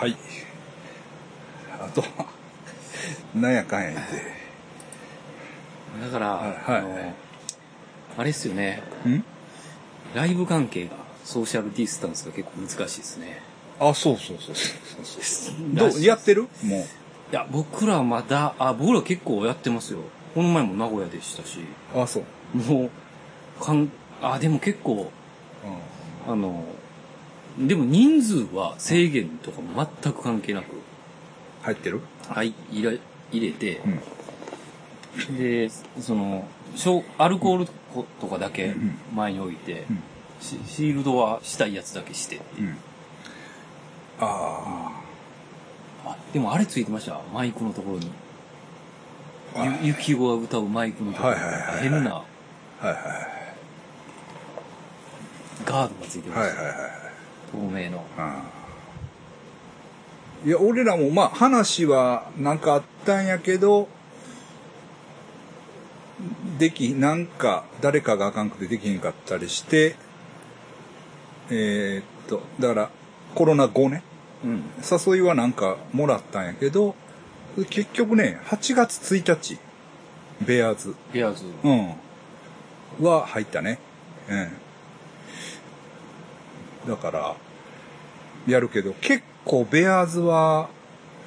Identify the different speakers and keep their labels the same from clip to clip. Speaker 1: はいあとはなんやかんや言って
Speaker 2: だから、
Speaker 1: はい
Speaker 2: あのあれっすよね
Speaker 1: うん
Speaker 2: ライブ関係がソーシャルディスタンスが結構難しいですね
Speaker 1: あそうそうそうそうそうど
Speaker 2: らし
Speaker 1: う
Speaker 2: い
Speaker 1: やってるもう
Speaker 2: いや僕らはまだあ僕ら結構やってますよこの前も名古屋でしたし
Speaker 1: あそう、
Speaker 2: もうかんあでも結構
Speaker 1: う
Speaker 2: あのでも人数は制限とかも全く関係なく
Speaker 1: ん、入ってる
Speaker 2: はい入れ入れて
Speaker 1: う、ん
Speaker 2: でそのしょアルコールとかだけ
Speaker 1: ん
Speaker 2: 前に置いて、
Speaker 1: うん
Speaker 2: シシールドはしたいやつだけして
Speaker 1: うんあ
Speaker 2: あでもあれついてましたマイクのところに
Speaker 1: あ
Speaker 2: ゆゆきごが歌うマイクのところに
Speaker 1: はいはいはいはい
Speaker 2: 変な
Speaker 1: あはいはい
Speaker 2: ガードがついてま
Speaker 1: はい
Speaker 2: し
Speaker 1: はい
Speaker 2: た、
Speaker 1: はい
Speaker 2: 透明の
Speaker 1: いや、俺らもまあ話はなんかあったんやけど、でき、なんか誰かがあかんくてできへんかったりして、えーっと、だからコロナ後ね、
Speaker 2: うん
Speaker 1: 誘いはなんかもらったんやけど、結局ね、8月1日、ベアーズ、
Speaker 2: ペアーズ
Speaker 1: うん、は入ったね。うん。だから、やるけど、結構ベアーズは、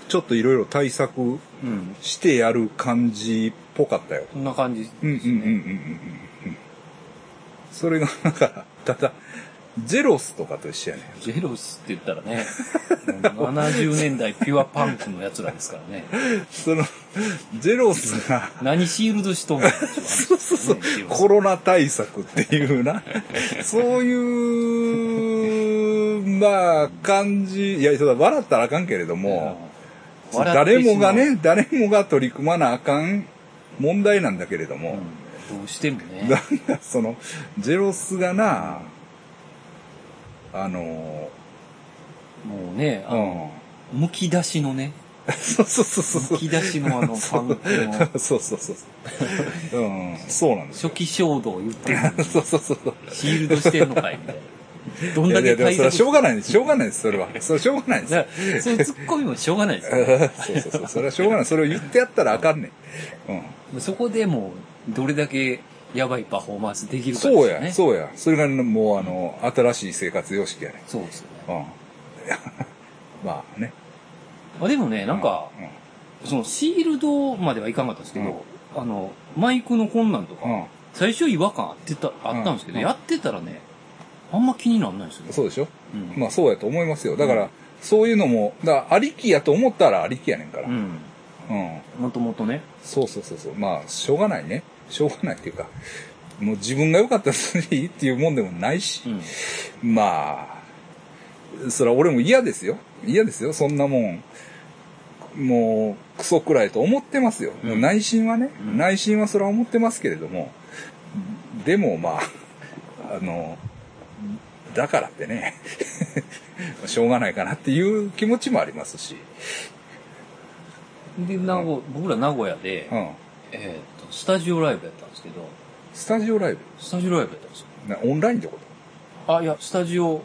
Speaker 1: ちょっといろいろ対策
Speaker 2: うん
Speaker 1: してやる感じっぽかったよ。
Speaker 2: そんな感じです
Speaker 1: うんうんうんうんうんうん
Speaker 2: ね
Speaker 1: うん。それが、だから、ただ、ジェロスとかと一緒やね。
Speaker 2: ジェロスって言ったらねもう70年代ピュアパンクのやつらですからね
Speaker 1: その、ジェロスが、
Speaker 2: 何シールドしとんの
Speaker 1: そうそうそう
Speaker 2: ねジェ、ロス
Speaker 1: コロナ対策っていう な、そういう、まあ、感じ、いや、それは笑ったらあかんけれども、
Speaker 2: うん
Speaker 1: 誰もがね、誰もが取り組まなあかん問題なんだけれど
Speaker 2: う
Speaker 1: も、
Speaker 2: んどうしてもね
Speaker 1: なんかその、ジェロスがな、あの、
Speaker 2: もうねあ
Speaker 1: う
Speaker 2: の
Speaker 1: ん。
Speaker 2: むき出しのね
Speaker 1: そうそうそうそう。
Speaker 2: むき出しのあのパンクの
Speaker 1: そうそうそうそう。 うん、そうなんですよ。
Speaker 2: 初期衝動を言ってるのに
Speaker 1: そうそうそうそう。
Speaker 2: シールドしてんのかいみたいな。どん
Speaker 1: いやい
Speaker 2: だ
Speaker 1: や
Speaker 2: け
Speaker 1: でも
Speaker 2: 対
Speaker 1: それは
Speaker 2: 策
Speaker 1: しょうがないです。しょうがないです、それは。それはしょうがないです。
Speaker 2: だからそういうツッコミもしょうがないですよね。
Speaker 1: そうそうそう。それはしょうがない。それを言ってやったらあかんねん。う
Speaker 2: そこでもう、どれだけやばいパフォーマンスでき
Speaker 1: ん。
Speaker 2: るか
Speaker 1: そ
Speaker 2: です
Speaker 1: う
Speaker 2: よね。
Speaker 1: や、そうや。それがもうあの、新しい生活様式やね。
Speaker 2: そうですよね。
Speaker 1: うん。 まあね。
Speaker 2: まあ、でもね、なんか、
Speaker 1: う
Speaker 2: そのシールドまではいかんかったんですけど、あの、マイクの困難とか、
Speaker 1: ん、うん。
Speaker 2: 最初違和感あってた、あったんですけど、
Speaker 1: うん
Speaker 2: やってたらね、あんま気になんないんですよね。
Speaker 1: そうでしょ
Speaker 2: うん。
Speaker 1: まあそうやと思いますよ。だか
Speaker 2: う
Speaker 1: ら
Speaker 2: ん、
Speaker 1: そういうのも、だからありきやと思ったらありきやねんから。
Speaker 2: う
Speaker 1: うん。
Speaker 2: ん。もともとね。
Speaker 1: そうそうそうそう。まあ、しょうがないね。しょうがないっていうか、もう自分が良かったらそれでいいっていうもんでもないし。
Speaker 2: うん。
Speaker 1: まあ、そら俺も嫌ですよ。嫌ですよ、そんなもん。もう、クソくらいと思ってますよ。
Speaker 2: うん
Speaker 1: 内心はね、
Speaker 2: うん
Speaker 1: 内心はそら思ってますけれども、でもまあ、あの、だからってね、 しょうがないかなっていう気持ちもありますし、
Speaker 2: で、名古僕ら名古屋で、
Speaker 1: うん。
Speaker 2: えーっと、スタジオライブやったんですけど、
Speaker 1: スタジオライ
Speaker 2: スタジオライブやったんですよ。
Speaker 1: ブ、なオンラインってこ
Speaker 2: あ、いや、スタジオ、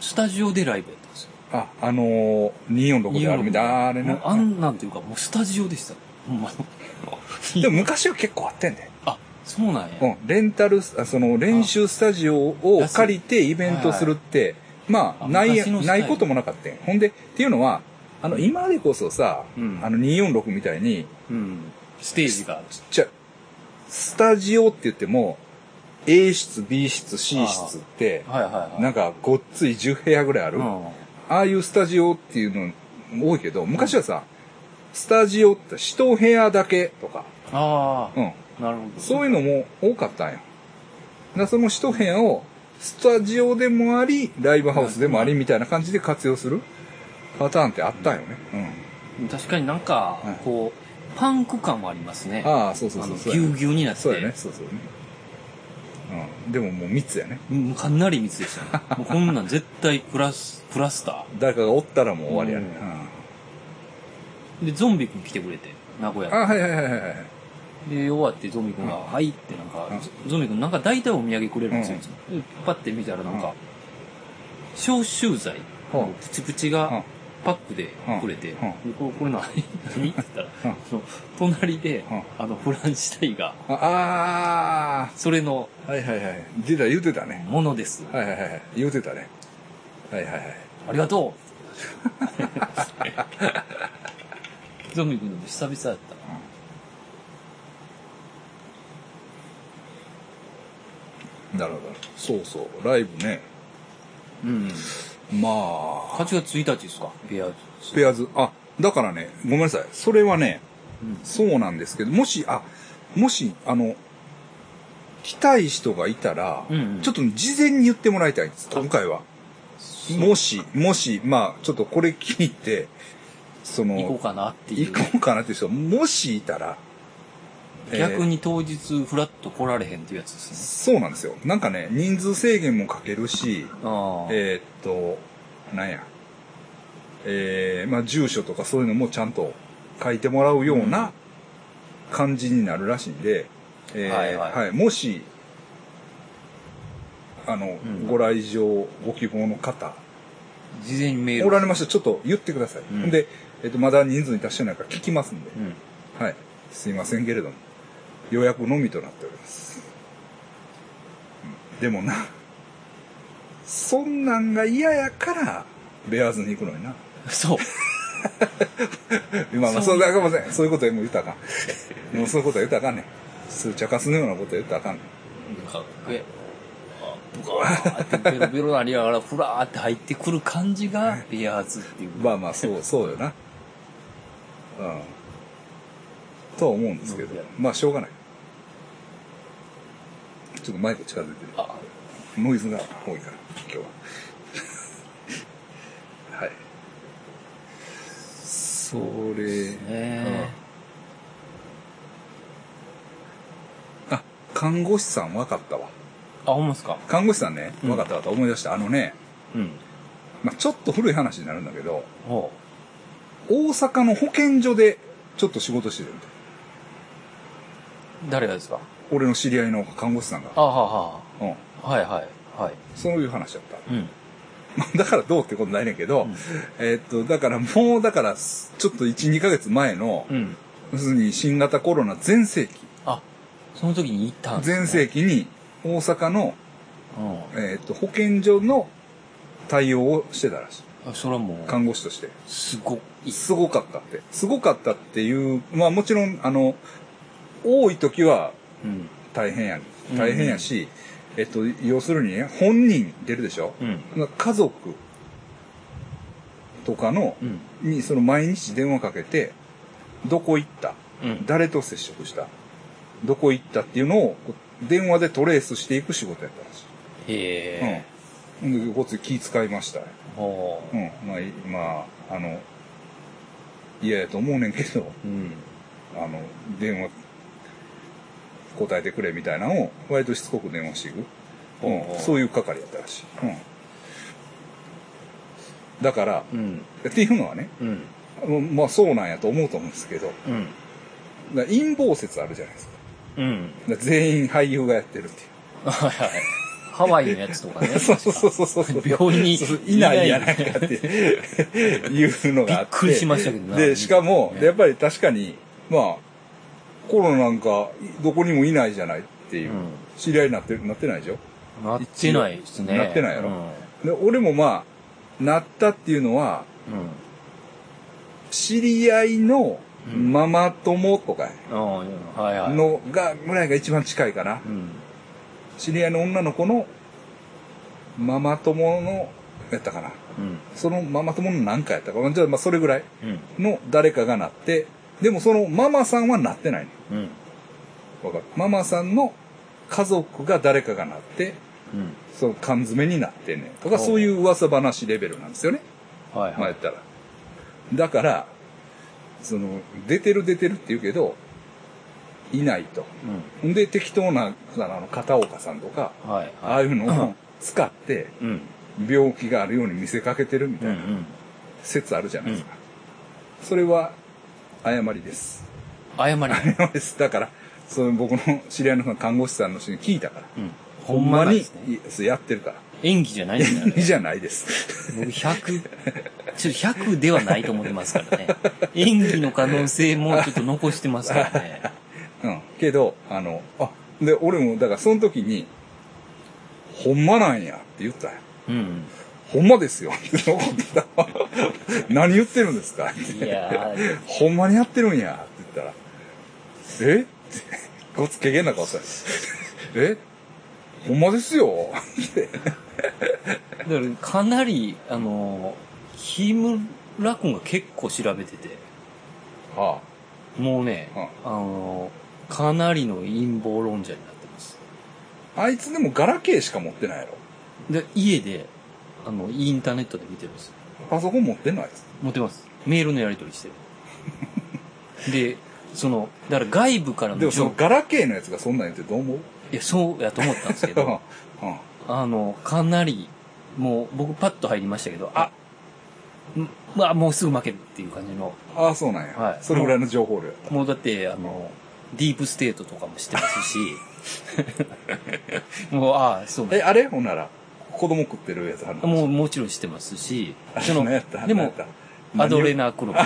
Speaker 2: スタジオでライブやったんですよ。
Speaker 1: とあ、あのー、246であるみたいな、あれ
Speaker 2: もう
Speaker 1: な。
Speaker 2: あんなんていうか、もうスタジオでした。ほんま に
Speaker 1: でも昔は結構あってんで、
Speaker 2: あ、そうなんや。
Speaker 1: うん、レンタルス、あその練習スタジオを借りてイベントするって、まあ、
Speaker 2: あ
Speaker 1: ないや
Speaker 2: 昔の、スタ
Speaker 1: な
Speaker 2: イル
Speaker 1: いこともなかったんほんで、っていうのは、あの、今でこそさ、
Speaker 2: うん
Speaker 1: あの、246みたいに、
Speaker 2: うんステージがある。
Speaker 1: じゃスタジオって言っても、A 室、B 室、C 室って、
Speaker 2: はいはいはい。
Speaker 1: なんか、ごっつい10部屋ぐらいある、
Speaker 2: う
Speaker 1: あ
Speaker 2: ん。
Speaker 1: あいうスタジオっていうの多いけど、昔はさ、スタジオって一部屋だけとか、
Speaker 2: あ
Speaker 1: うん。
Speaker 2: あ、なるほど。
Speaker 1: そういうのも多かったんや。だからその一辺をスタジオでもあり、ライブハウスでもありみたいな感じで活用するパターンってあったんよね。
Speaker 2: 確かになんか
Speaker 1: はい、
Speaker 2: こう、パンク感もありますね。
Speaker 1: うん。ああ、そうそう
Speaker 2: あ
Speaker 1: そ
Speaker 2: の、
Speaker 1: うそう
Speaker 2: ぎ
Speaker 1: や
Speaker 2: ゅ
Speaker 1: ね。
Speaker 2: うぎゅうになって。
Speaker 1: そうやね。そうそうね。うん。でももう密やね。
Speaker 2: うんかなり密でし たね。もうこんなん絶対クラス、クラスタ
Speaker 1: 誰かがおったらもう終わりやね。う
Speaker 2: うー。で、ゾンビ君来てくれて、名古屋
Speaker 1: ん。あ、はいはいはいはいはい。
Speaker 2: で、終わってゾンビ君が、はいってなんか、
Speaker 1: う
Speaker 2: ゾンビ君なんか大体お土産くれるんですよ。でパッて見たらなんか、消臭剤、
Speaker 1: は
Speaker 2: プチプチ
Speaker 1: あ
Speaker 2: がパックでくれて、
Speaker 1: うん
Speaker 2: でこうこれ何何って言ったら、
Speaker 1: うん
Speaker 2: その隣で
Speaker 1: うん、
Speaker 2: あの、フランシュタイが、
Speaker 1: あ
Speaker 2: それの
Speaker 1: あーはいはいはい。出た言うてたね。
Speaker 2: ものです。
Speaker 1: はいはいはい。言うてたね。はいはいはい。
Speaker 2: ありがとうゾンビ君のも久々だったな。
Speaker 1: なるほど。そうそう。ライブね。
Speaker 2: うん。
Speaker 1: まあ、
Speaker 2: 8月1日ですかペアー
Speaker 1: スペアーズ。あ、だからね、ごめんなさい。それはね、
Speaker 2: うん
Speaker 1: そうなんですけど、もし、あ、もし、あの、来たい人がいたら、
Speaker 2: うんうん
Speaker 1: ちょっと事前に言ってもらいたいんです、今回は。もし、もし、まあ、ちょっとこれ聞いて、その、
Speaker 2: 行こうかなってい
Speaker 1: 行
Speaker 2: う。
Speaker 1: こうかなっていう人、もしいたら、えー
Speaker 2: 逆に当日フラッと来られへんっていうやつです
Speaker 1: そうなんですよ。なんかね、人数制限もかけるし、
Speaker 2: ね。ああ。
Speaker 1: えーっと、なんや。えー、まあ、住所とかそういうのもちゃんと書いてもらうような感じになるらしいんで、えー
Speaker 2: はいはい
Speaker 1: もし、あの、
Speaker 2: ん
Speaker 1: ご来場、ご希望の方、
Speaker 2: 事前にメール。
Speaker 1: おられましたらちょっと言ってください。
Speaker 2: うん
Speaker 1: で、えーっと、まだ人数に達してないから聞きますんで、
Speaker 2: うん。
Speaker 1: はい。すいませんけれども、予約のみとなっております。うんでもな、そんなんが嫌やから、ベアーズに行くのに な。
Speaker 2: そう。
Speaker 1: まあまあ、
Speaker 2: そ
Speaker 1: そううだかもせん。そういうことはもう言ったらあかん。 もうそういうことは言ったらあかんねん。そう茶化すのようなことは言ったらあかんね ん。
Speaker 2: かっこええあブカーってベロベロなりながら、ふらーって入ってくる感じが、ペアーズっていう。
Speaker 1: まあまあ、そう、そうよな。うん。とは思うんですけど、まあしょうがない。ちょっとマイク近づいてる。
Speaker 2: あ、
Speaker 1: ノイズが多いから、今日は。 はい。それ、
Speaker 2: ね
Speaker 1: うんあ、看護師さん分かったわ。
Speaker 2: あ、ほんまっすか
Speaker 1: 看護師さんね、
Speaker 2: うん
Speaker 1: 分かったわと思い出した。あのね、
Speaker 2: うん。
Speaker 1: まあ、ちょっと古い話になるんだけど、
Speaker 2: ほ
Speaker 1: 大阪の保健所でちょっと仕事してるんだよ
Speaker 2: う。誰がですか
Speaker 1: 俺の知り合いの看護師さんが。
Speaker 2: あは
Speaker 1: うん。
Speaker 2: ははいはい。はい。
Speaker 1: そういう話だった。
Speaker 2: うん。
Speaker 1: まあだからどうってことないねんけど、
Speaker 2: うん
Speaker 1: えーっと、だからもう、だから、ちょっと1、2ヶ月前の、
Speaker 2: うん。
Speaker 1: 要するに新型コロナ全盛期。
Speaker 2: あ、その時に行ったん
Speaker 1: 全
Speaker 2: 世
Speaker 1: 盛期に大阪の、
Speaker 2: う
Speaker 1: えー、と保健所の対応をしてたらしい。
Speaker 2: ん。あそれはもう、
Speaker 1: 看護師として。
Speaker 2: すごい。
Speaker 1: すごかったって。すごかったっていう、まあもちろん、あの、多い時は
Speaker 2: うん。
Speaker 1: 大変や、大変やし、えっと、要するにね、本人出るでしょ、
Speaker 2: うん。
Speaker 1: 家族とかの、
Speaker 2: うん。
Speaker 1: に、その毎日電話かけて、どこ行った
Speaker 2: うん。
Speaker 1: 誰と接触したどこ行ったっていうのをこう電話でトレースしていく仕事やったらしい。
Speaker 2: へえ。
Speaker 1: うん。で、こっち気使いました。
Speaker 2: ほ
Speaker 1: うん。まあ、いまあ、あの、嫌やと思うねんけど、
Speaker 2: う。うん。
Speaker 1: あの、電話、答えてくれみたいなのを、割としつこく電話していく。
Speaker 2: ほ
Speaker 1: うん。
Speaker 2: う
Speaker 1: そういう係やったらしい。うん。だから、
Speaker 2: うん。
Speaker 1: っていうのはね、
Speaker 2: うん。
Speaker 1: うんまあそうなんやと思うと思うんですけど、だか
Speaker 2: うん。
Speaker 1: ら陰謀説あるじゃないですか。
Speaker 2: うん。
Speaker 1: だから全員俳優がやってるっていう。
Speaker 2: はいはい。ハワイのやつとかね。
Speaker 1: そうそうそうそうそう。
Speaker 2: 病院に
Speaker 1: そういないやないかっていうのがあって。
Speaker 2: びっくりしましたけどな
Speaker 1: で、しかも、
Speaker 2: ね
Speaker 1: やっぱり確かに、まあ、コロナなんかどこにもいないじゃないっていうう。
Speaker 2: ん。
Speaker 1: 知り合いになってる、なってないでしょ
Speaker 2: なってないですね。
Speaker 1: なってないやろ
Speaker 2: うん。
Speaker 1: で、俺もまあ、なったっていうのは、知り合いの
Speaker 2: うん
Speaker 1: ママ友とか
Speaker 2: うん。うん。はいはい。
Speaker 1: のが、ぐらいが一番近いかな。
Speaker 2: うん。
Speaker 1: 知り合いの女の子のママ友の、やったかな。
Speaker 2: うん。
Speaker 1: そのママ友の何かやったかな。じゃあまあそれぐらい。
Speaker 2: うん。
Speaker 1: の誰かがなって、でもそのママさんはなってないの。
Speaker 2: うん。
Speaker 1: わかるママさんの家族が誰かがなって、
Speaker 2: うん。
Speaker 1: その缶詰になってんねん。とか
Speaker 2: ほう
Speaker 1: そういう噂話レベルなんですよね。
Speaker 2: はい
Speaker 1: まあ
Speaker 2: は
Speaker 1: やっ。
Speaker 2: い
Speaker 1: たら。だから、その、出てる出てるって言うけど、いないと。
Speaker 2: うん。
Speaker 1: んで、適当な、あの、片岡さんとか、
Speaker 2: はいはい。
Speaker 1: ああいうのを使って、
Speaker 2: うん。
Speaker 1: 病気があるように見せかけてるみ
Speaker 2: う
Speaker 1: たい
Speaker 2: ん。う。
Speaker 1: なん説あるじゃないですか。それは、誤りです。
Speaker 2: 謝り。
Speaker 1: 謝りです。だから、その僕の知り合いの看護師さんの人に聞いたから。
Speaker 2: うん。
Speaker 1: ほんま
Speaker 2: ない
Speaker 1: に
Speaker 2: ですね。
Speaker 1: やってるから。
Speaker 2: 演技じゃないんだよね。
Speaker 1: じゃないです。
Speaker 2: 僕100、ちょっと100ではないと思ってますからね。演技の可能性もちょっと残してますからね。
Speaker 1: うん。けど、あの、あ、で、俺も、だからその時に、ほんまなんやって言ったんや。
Speaker 2: うん。
Speaker 1: ほんまですよって残ってた。 何言ってるんですかって
Speaker 2: いやー
Speaker 1: ほんまにやってるんやって言ったら、えって、ごつけげんな顔した。えほんまですよって。
Speaker 2: だからかなり、あの、木村君が結構調べてて、
Speaker 1: は
Speaker 2: もうね、
Speaker 1: は
Speaker 2: あの、かなりの陰謀論者になってます。
Speaker 1: あ、あいつでもガラケーしか持ってないやろ。
Speaker 2: で、家で、あの、インターネットで見てるんですよ。
Speaker 1: パソコン持ってないです。
Speaker 2: 持ってます。メールのやり取りして る。で、その、だから外部から
Speaker 1: で
Speaker 2: の
Speaker 1: もそ
Speaker 2: 情
Speaker 1: の
Speaker 2: 報、
Speaker 1: ガラケーのやつがそんなん言ってどう思う
Speaker 2: いや、そうやと思ったんです
Speaker 1: う
Speaker 2: け
Speaker 1: ん
Speaker 2: ど、あの、かなり、もう僕パッと入りましたけど、あ、んまあもうすぐ負けるっていう感じの、
Speaker 1: ああ、そうなんや、
Speaker 2: はい
Speaker 1: それぐらいの情報量やった。
Speaker 2: もうだって、あの、ディープステートとかもしてます し、もう、ああ、そう
Speaker 1: え、あれほんなら、子供食ってるやつ話。
Speaker 2: もうもちろんしてますし、そ
Speaker 1: 何
Speaker 2: の
Speaker 1: やった、
Speaker 2: で
Speaker 1: 何や
Speaker 2: も
Speaker 1: っ、た
Speaker 2: アドレナ クロム。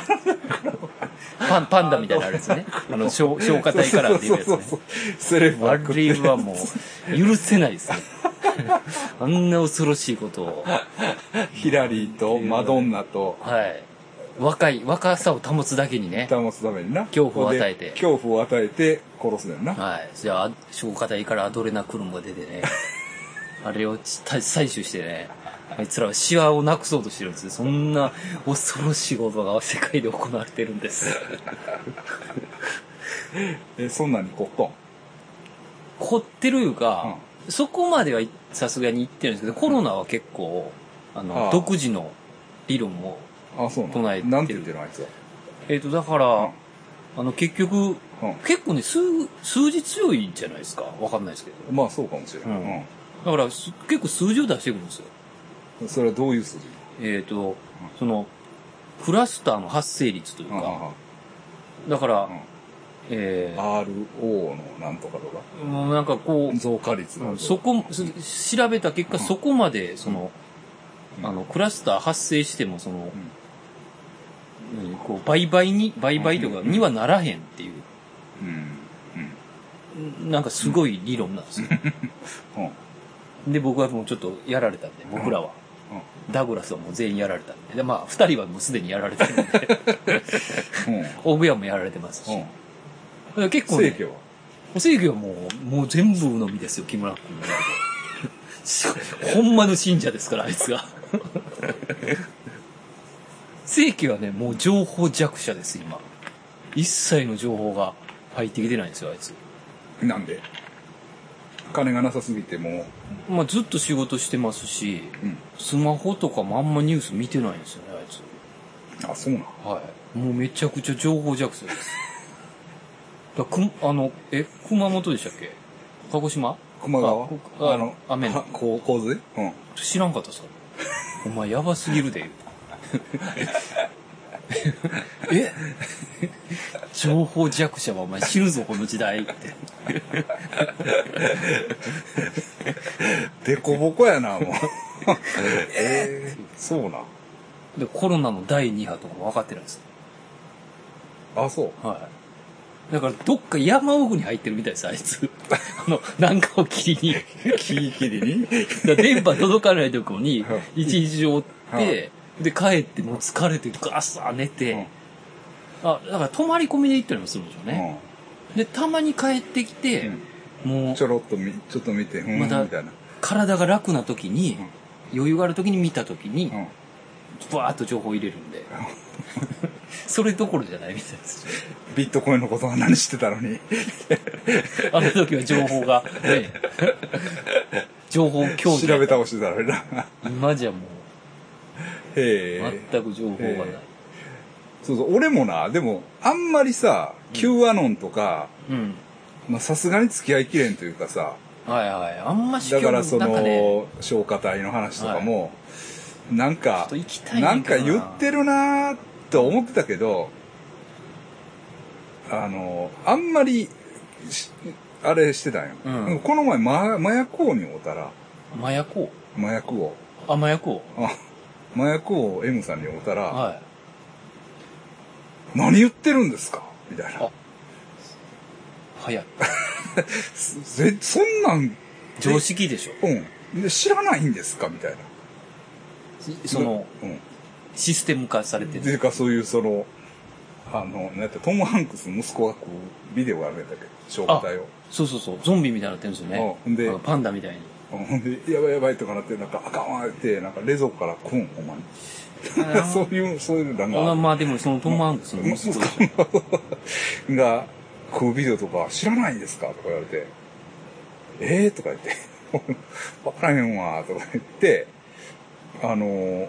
Speaker 2: パン、パンダみたいなあれですね。あの、消消化体から出るやつ
Speaker 1: そうそ
Speaker 2: ね
Speaker 1: う。そうそう。セレブ
Speaker 2: あ
Speaker 1: は食って
Speaker 2: れ
Speaker 1: る
Speaker 2: はもう、 許せないですね。あんな恐ろしいことを。
Speaker 1: ヒラリーとマドンナと、
Speaker 2: はい。若い、若さを保つだけにね。
Speaker 1: 保つためにな。
Speaker 2: 恐怖を与えて
Speaker 1: で恐怖を与えて殺すねんな。
Speaker 2: はい。じゃあ、消化体からアドレナクロムが出て ね。あれをちた採取してね。あいつらはシワをなくそうとしてるんですよそんな恐ろしいことが世界で行われてるんです。
Speaker 1: え、そんなにコットン。
Speaker 2: 凝ってるいうか、そこまではいさすがに言ってるんですけど、コロナは結構、あの、
Speaker 1: ああ
Speaker 2: 独自の理論を、
Speaker 1: あ、そうなん
Speaker 2: 唱えてる
Speaker 1: なんて言ってるのあいつは。
Speaker 2: えっ、と、だから、あの、結局、
Speaker 1: うん
Speaker 2: 結構ね、数、数字強いんじゃないですか。わかんないですけど。
Speaker 1: まあそうかもしれない、
Speaker 2: うんだから、す結構数字を出してくるんですよ。
Speaker 1: うんそれはどういう筋
Speaker 2: えっ、と、その、クラスターの発生率という
Speaker 1: うんうん
Speaker 2: か、だから、
Speaker 1: ん
Speaker 2: え
Speaker 1: うん RO のなんとかとか、
Speaker 2: ーもうなんかこう、
Speaker 1: 増加率なんとか
Speaker 2: そこ、す調べた結果、そこまで、その、
Speaker 1: うん
Speaker 2: あの、クラスター発生しても、その、何こう、倍々に、倍々とかにはならへんっていう、
Speaker 1: うん。
Speaker 2: なんかすごい理論なんですよ。
Speaker 1: うん。うん。
Speaker 2: で、僕はもうちょっとやられたんで、僕らは。
Speaker 1: うん
Speaker 2: ダグラスはもう全員やられたんで。で、まあ、二人はもうすでにやられ てるんで、
Speaker 1: うん。
Speaker 2: 大部屋もやられてますし。
Speaker 1: う
Speaker 2: だ
Speaker 1: ん
Speaker 2: か。ら結構
Speaker 1: 正
Speaker 2: ね
Speaker 1: 規、は。
Speaker 2: 正義はもう、もう全部のみですよ、木村君 は。ほんまの信者ですから、あいつが。正義はね、もう情報弱者です、今。一切の情報が入ってきてないんですよ、あいつ。
Speaker 1: なんで金がなさすぎても
Speaker 2: まあ、ずっと仕事してますし、
Speaker 1: う、うん。
Speaker 2: スマホとかもあんまニュース見てないんですよね、あいつ。
Speaker 1: あ、そうなん。
Speaker 2: はい。もうめちゃくちゃ情報弱者です。 だくあの、え、熊本でしたっけ鹿児島
Speaker 1: 熊川
Speaker 2: あこあ
Speaker 1: あの、
Speaker 2: 雨の
Speaker 1: はこう洪水うん。
Speaker 2: 知らんかったっすかお前やばすぎるで。 え 情報弱者はお前知るぞ、この時代って。
Speaker 1: でこぼこや な、もう。ええそうなん。
Speaker 2: で、コロナの第2波とかも分かってないです。
Speaker 1: あ、そう。
Speaker 2: はい。だから、どっか山奥に入ってるみたいです、あいつ。 あの、なんかを切りに。
Speaker 1: キーキリに
Speaker 2: だから電波届かないとこに
Speaker 1: は、
Speaker 2: 一日中おって、で、帰ってもう疲れて、ガッサー寝
Speaker 1: うん
Speaker 2: て、あ、だから泊まり込みで行ったりもするんでしょうね。で、たまに帰ってきて、も
Speaker 1: う。
Speaker 2: うん
Speaker 1: ち、ょろっとみ、ちょっと見て、うん、
Speaker 2: また
Speaker 1: みたいな。
Speaker 2: 体が楽な時に、余裕がある時に見た時に
Speaker 1: う、ん。
Speaker 2: バーッと情報入れる んで。それどころじゃないみたいです。
Speaker 1: ビットコインのことは何してたの に。
Speaker 2: あの時は情報が、ね、情報強
Speaker 1: 調べ
Speaker 2: 度。
Speaker 1: 倒してたのにな。
Speaker 2: 今じゃも
Speaker 1: へ
Speaker 2: う、
Speaker 1: え。
Speaker 2: 全く情報がない
Speaker 1: え。そうそう、俺もな、でも、あんまりさ、Q アノンとか、
Speaker 2: うん。
Speaker 1: まあ、さすがに付き合いきれんというかさ、
Speaker 2: はいはい。あんまし
Speaker 1: だから
Speaker 2: そ
Speaker 1: そ
Speaker 2: の、なんかね、
Speaker 1: の、消化体の話とかも、なん
Speaker 2: ちょっ
Speaker 1: か
Speaker 2: と、行きたい
Speaker 1: なんん
Speaker 2: け
Speaker 1: か
Speaker 2: ど
Speaker 1: 言ってるなーと思ってたけど、あの、あんまりし、あれしてたんよ。
Speaker 2: うん
Speaker 1: でもこの前、ま、麻薬購入おうたら、
Speaker 2: 麻薬を
Speaker 1: 麻薬を、
Speaker 2: あ、麻薬を。
Speaker 1: あ麻薬を M さんにおったら、
Speaker 2: はい。
Speaker 1: 何言ってるんですかみたいな
Speaker 2: あ。早い。
Speaker 1: ぜそんなん、
Speaker 2: 常識でしょ。
Speaker 1: うん。で、知らないんですかみたいな。
Speaker 2: その、
Speaker 1: うん。
Speaker 2: システム化されて
Speaker 1: てい
Speaker 2: る。
Speaker 1: うか、そういう、その、あの、なんやったトム・ハンクスの息子がこう、ビデオがあるんやったっけ消防隊を。
Speaker 2: そうそうそう。ゾンビみたいになってるんですよね。
Speaker 1: うんで
Speaker 2: あのパンダみたいに。
Speaker 1: うんほんで、やばいやばいとかなって、なんか、あかんわって、なんか、冷蔵庫から来ん、お前。 そういう、そういうなん
Speaker 2: あ
Speaker 1: か、
Speaker 2: まあでもそのトム・ハンクスの息子でし ょ。
Speaker 1: が、こうビデオとか、知らないんですかとか言われて、えーとか言って、 わからへんわとか言って、あのー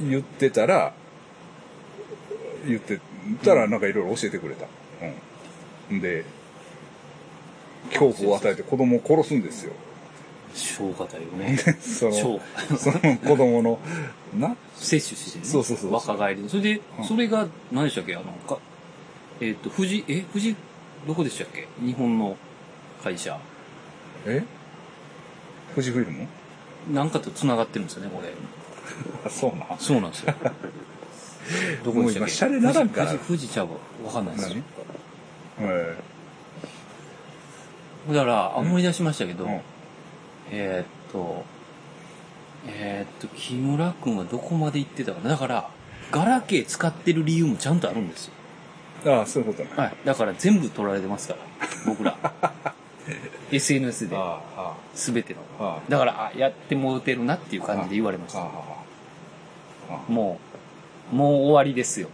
Speaker 1: 言ってたら、言ってたら、なんかいろいろ教えてくれた。うん。で、恐怖を与えて子供を殺すんですよ。
Speaker 2: 小型よね。
Speaker 1: その、
Speaker 2: 小。
Speaker 1: その子供の、な、
Speaker 2: 摂取してね。
Speaker 1: そうそうそう
Speaker 2: 若返りで。それで、
Speaker 1: うん
Speaker 2: それが、何でしたっけあの、か、えっ、と、富士、え、富士、どこでしたっけ日本の会社。
Speaker 1: え富士フィルム
Speaker 2: なんかと繋がってるんですよね、これ。
Speaker 1: あ、そうな。
Speaker 2: そうなんですよ。 どこ
Speaker 1: も
Speaker 2: でしたっ
Speaker 1: う今
Speaker 2: け
Speaker 1: シャレならんから
Speaker 2: 富士、富士富士ちゃうわ。わかんないですよ。
Speaker 1: え
Speaker 2: だから、あ思い出しましたけ
Speaker 1: え
Speaker 2: ど、えーっと、えーっと、木村くんはどこまで行ってたかな。だから、ガラケー使ってる理由もちゃんとあるんですよ。
Speaker 1: ああ、そういうことね。
Speaker 2: はい。だから全部取られてますから、僕 ら。SNS で、
Speaker 1: あ
Speaker 2: すべての。
Speaker 1: あ、ああ、
Speaker 2: だから、あ、やってもうてるなっていう感じで言われまし
Speaker 1: ああ、
Speaker 2: た。
Speaker 1: あ
Speaker 2: もう、もう終わりです よ。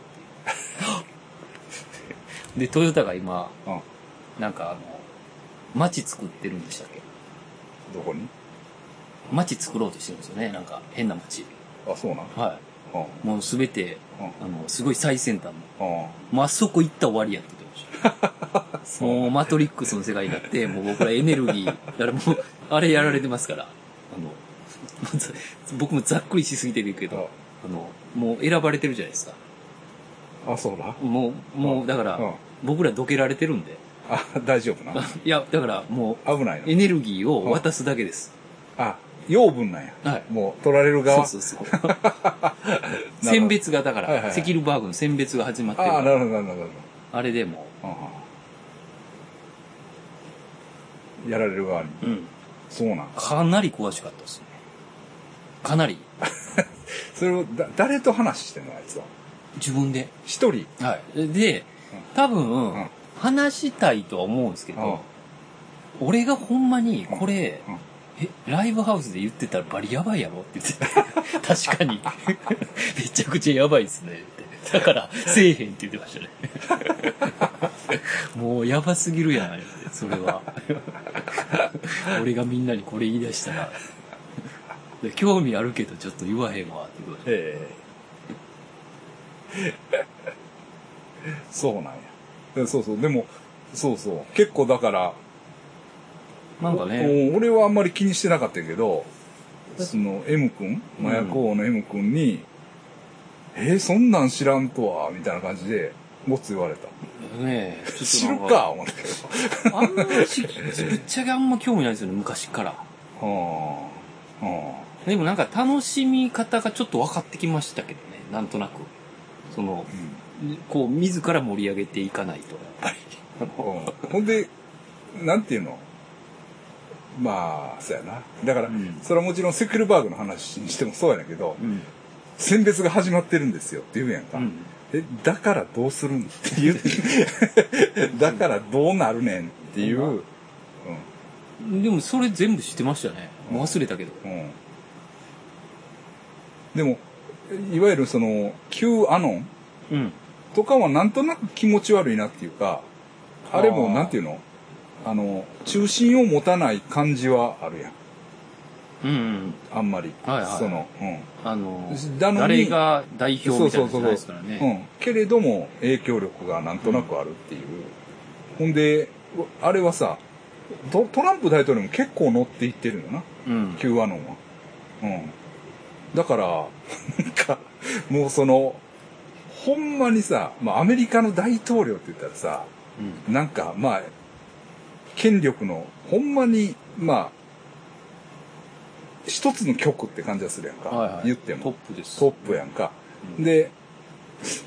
Speaker 2: で、トヨタが今、
Speaker 1: あ、ああ、
Speaker 2: なんかあの、街作ってるんでしたっけ
Speaker 1: どこに
Speaker 2: 街作ろうとしてるんですよね。なんか、変な街。
Speaker 1: あ、そうなん。あ
Speaker 2: は
Speaker 1: あ、
Speaker 2: い。もうすべて、
Speaker 1: あ
Speaker 2: あの、すごい最先端の。
Speaker 1: あ、
Speaker 2: もうあそこ行ったら終わりやって言ってま した。
Speaker 1: う
Speaker 2: もうマトリックスの世界になって、もう僕らエネルギー、だからもう、あれやられてますから、あの、僕もざっくりしすぎてるけど、あの、もう選ばれてるじゃないですか。
Speaker 1: ああ、そうだ。
Speaker 2: もう、もうだから
Speaker 1: うん、
Speaker 2: 僕らどけられてるんで。
Speaker 1: あ、大丈夫な。
Speaker 2: いや、だからもう、
Speaker 1: 危ない
Speaker 2: エ
Speaker 1: な。
Speaker 2: ネルギーを渡すだけです。
Speaker 1: あ、養分なんや。
Speaker 2: はい
Speaker 1: もう取られる
Speaker 2: そ
Speaker 1: 側。
Speaker 2: うそうそう。 選別がだか
Speaker 1: はいはいは
Speaker 2: ら、
Speaker 1: い
Speaker 2: セキルバーグの選別が始まってる
Speaker 1: ああ、
Speaker 2: か
Speaker 1: なる
Speaker 2: ら
Speaker 1: ほど、なるほどなる
Speaker 2: あれでも
Speaker 1: ほど。ああやられる側に。
Speaker 2: う、うん、
Speaker 1: そうなん。
Speaker 2: かなり詳しかったですね。かなり、
Speaker 1: それを、だ、誰と話してんのあいつは。
Speaker 2: 自分で。
Speaker 1: 一人。
Speaker 2: はい。で、多分、
Speaker 1: うん
Speaker 2: 話したいとは思うんですけ
Speaker 1: あ
Speaker 2: ど、俺がほんまに、これ、
Speaker 1: うんうん
Speaker 2: え、ライブハウスで言ってたらバリやばいやろって言って た確かに。めちゃくちゃやばいですね。ってだから、せえへんって言ってましたね。 もうやばすぎるやないって、それは。俺がみんなにこれ言い出したら。で興味あるけどちょっと言わへんわって言ってました
Speaker 1: ええ そうなんやで。そうそう。でも、そうそう。結構だから、
Speaker 2: なんかね、
Speaker 1: お俺はあんまり気にしてなかったけど、その M 君、麻薬王の M 君に、えーそんなん知らんとは、みたいな感じで、ごっつ言われた。
Speaker 2: ねえ、
Speaker 1: 知
Speaker 2: ちょ
Speaker 1: る
Speaker 2: っとなん
Speaker 1: か、思って。
Speaker 2: あんまりし、ぶっちゃけあんま興味ないですよね、昔から。
Speaker 1: はあ、は
Speaker 2: でもなんか楽しみ方がちょっと分かってきましたけどね、なんとなく。その
Speaker 1: あ、う、ん
Speaker 2: こう、自ら盛り上げていかないと、やっぱり。
Speaker 1: うんほんで、なんていうのまあ、そうやな。だから、
Speaker 2: うん
Speaker 1: それはもちろんセクルバーグの話にしてもそうやねんけど、
Speaker 2: うん。
Speaker 1: 選別が始まってるんですよって言うやんか。
Speaker 2: うん
Speaker 1: え、だからどうするんって言う。だからどうなるねんっていう。うん。
Speaker 2: でもそれ全部知ってましたね。もう忘れたけど。
Speaker 1: うん。でも、いわゆるその、Q アノン
Speaker 2: うん。
Speaker 1: とかはなんとなく気持ち悪いなっていうか、あれも
Speaker 2: あー
Speaker 1: なんていうのあの、中心を持たない感じはあるやん。
Speaker 2: うん、うん。
Speaker 1: あんまり。
Speaker 2: はいはい
Speaker 1: その、うん。
Speaker 2: あの
Speaker 1: だの、に
Speaker 2: 誰が代表
Speaker 1: そう
Speaker 2: みたい
Speaker 1: そ
Speaker 2: な
Speaker 1: うん
Speaker 2: じ
Speaker 1: そ
Speaker 2: ゃ
Speaker 1: う
Speaker 2: な
Speaker 1: そう
Speaker 2: いですからね。
Speaker 1: うん、けれども影響力がなんとなくあるっていう、ほんであれはさトトランプ大統領も結構乗っていってるよな
Speaker 2: うん。
Speaker 1: Q アノンは、うん、だから なんかもうそのほんまにさ、まあ、アメリカの大統領って言ったらさ
Speaker 2: うん。
Speaker 1: なんかまあ権力のほんまにまあ一つの局って感じがするやんか。
Speaker 2: はいはい
Speaker 1: 言っても。
Speaker 2: トップです
Speaker 1: トップやんか。で、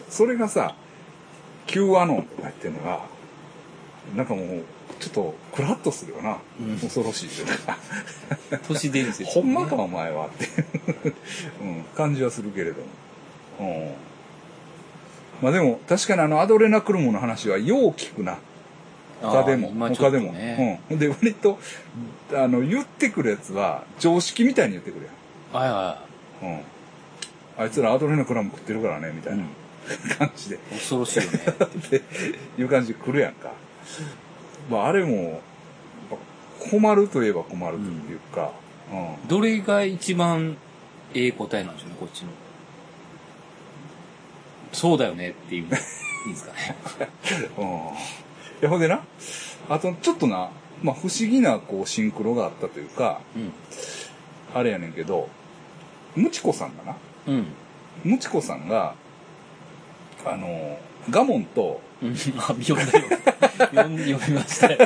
Speaker 1: それがさ、Q アノンとか言ってるのが、なんかもう、ちょっと、クラッとするよな。
Speaker 2: うん
Speaker 1: 恐ろしいというか。
Speaker 2: 都市伝説、
Speaker 1: ほんまかお前はって、うん、感じはするけれども。うん。まあでも、確かにあの、アドレナクルモの話はよう聞くな。
Speaker 2: あー
Speaker 1: 他でも、
Speaker 2: 今ちょ
Speaker 1: 他
Speaker 2: っと
Speaker 1: で
Speaker 2: ね
Speaker 1: も。うん。で、割と、あの、言ってくるやつは、常識みたいに言ってくる
Speaker 2: はいは
Speaker 1: やん。うん。あいつらアドレナクラム食ってるからね、みたいな感じで、
Speaker 2: い恐ろしいよね
Speaker 1: っていう感じで来るやんか。まあ、あれも、まあ困るといえば困るというか、うん。
Speaker 2: どれが一番ええ答えなんでしょうねこっちのそうだよねっていうのいいんですかね
Speaker 1: うん。いや、ほんでな、あと、ちょっとな、まあ、不思議な、こう、シンクロがあったというか、
Speaker 2: う
Speaker 1: あれやねんけど、ムチコさんがな、
Speaker 2: んうん
Speaker 1: ムチコさんが、あの、ガモンと、
Speaker 2: うん、あ、読んだよ。読ん読みましたよ。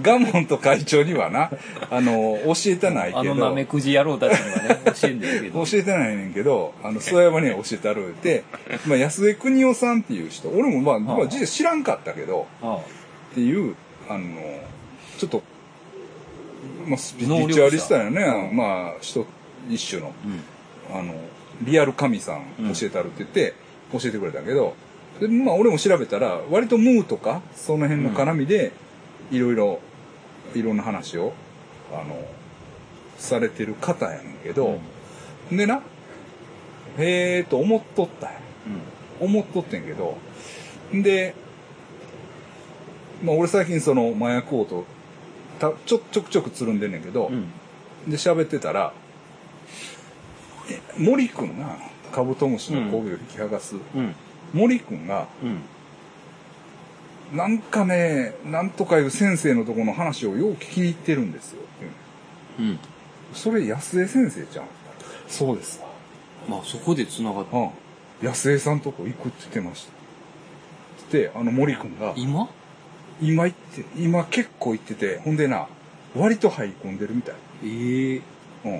Speaker 1: ガモンと会長にはな、あの、教えてない
Speaker 2: あ
Speaker 1: け
Speaker 2: のなめ
Speaker 1: ど、
Speaker 2: くじ野郎たちにはね、教えんでるけど。
Speaker 1: 教えてないねんけど、あの、諏訪山には教えてあるって、まあ、安江邦夫さんっていう人、俺もまあ、まあ、実は知らんかったけど、
Speaker 2: ああ
Speaker 1: っていう、あの、ちょっと、まあ、スピリチュアリストやね、まあ、一一種の、
Speaker 2: うん。
Speaker 1: あの、リアル神さ
Speaker 2: うん
Speaker 1: ん教えたるって言って、教えてくれたけど、でまあ、俺も調べたら、割とムーとか、その辺の絡みで、いろいろ、いろんな話を、あの、されてる方やねんけど、でな、へえーと思っとったんや思っとってんけど、で、まあ俺最近その麻薬王とたちょちょくちょくつるんでんねんけど、
Speaker 2: うん。うん。
Speaker 1: で喋ってたら、え森くんが、カブトムシの媚びを引き剥がす、
Speaker 2: うん。
Speaker 1: 森くんが、
Speaker 2: うん。
Speaker 1: なんかね、なんとかいう先生のとこの話をよう聞きに行ってるんですよ。っていう
Speaker 2: うん。
Speaker 1: それ安江先生じゃん。そうですわ。
Speaker 2: まあ、そこで繋がった。
Speaker 1: うん。安江さんとこ行くって言ってました。って、あの森くんが、
Speaker 2: 今
Speaker 1: 今行って、今結構行ってて、ほんでな、割と入り込んでるみたい。
Speaker 2: ええ
Speaker 1: う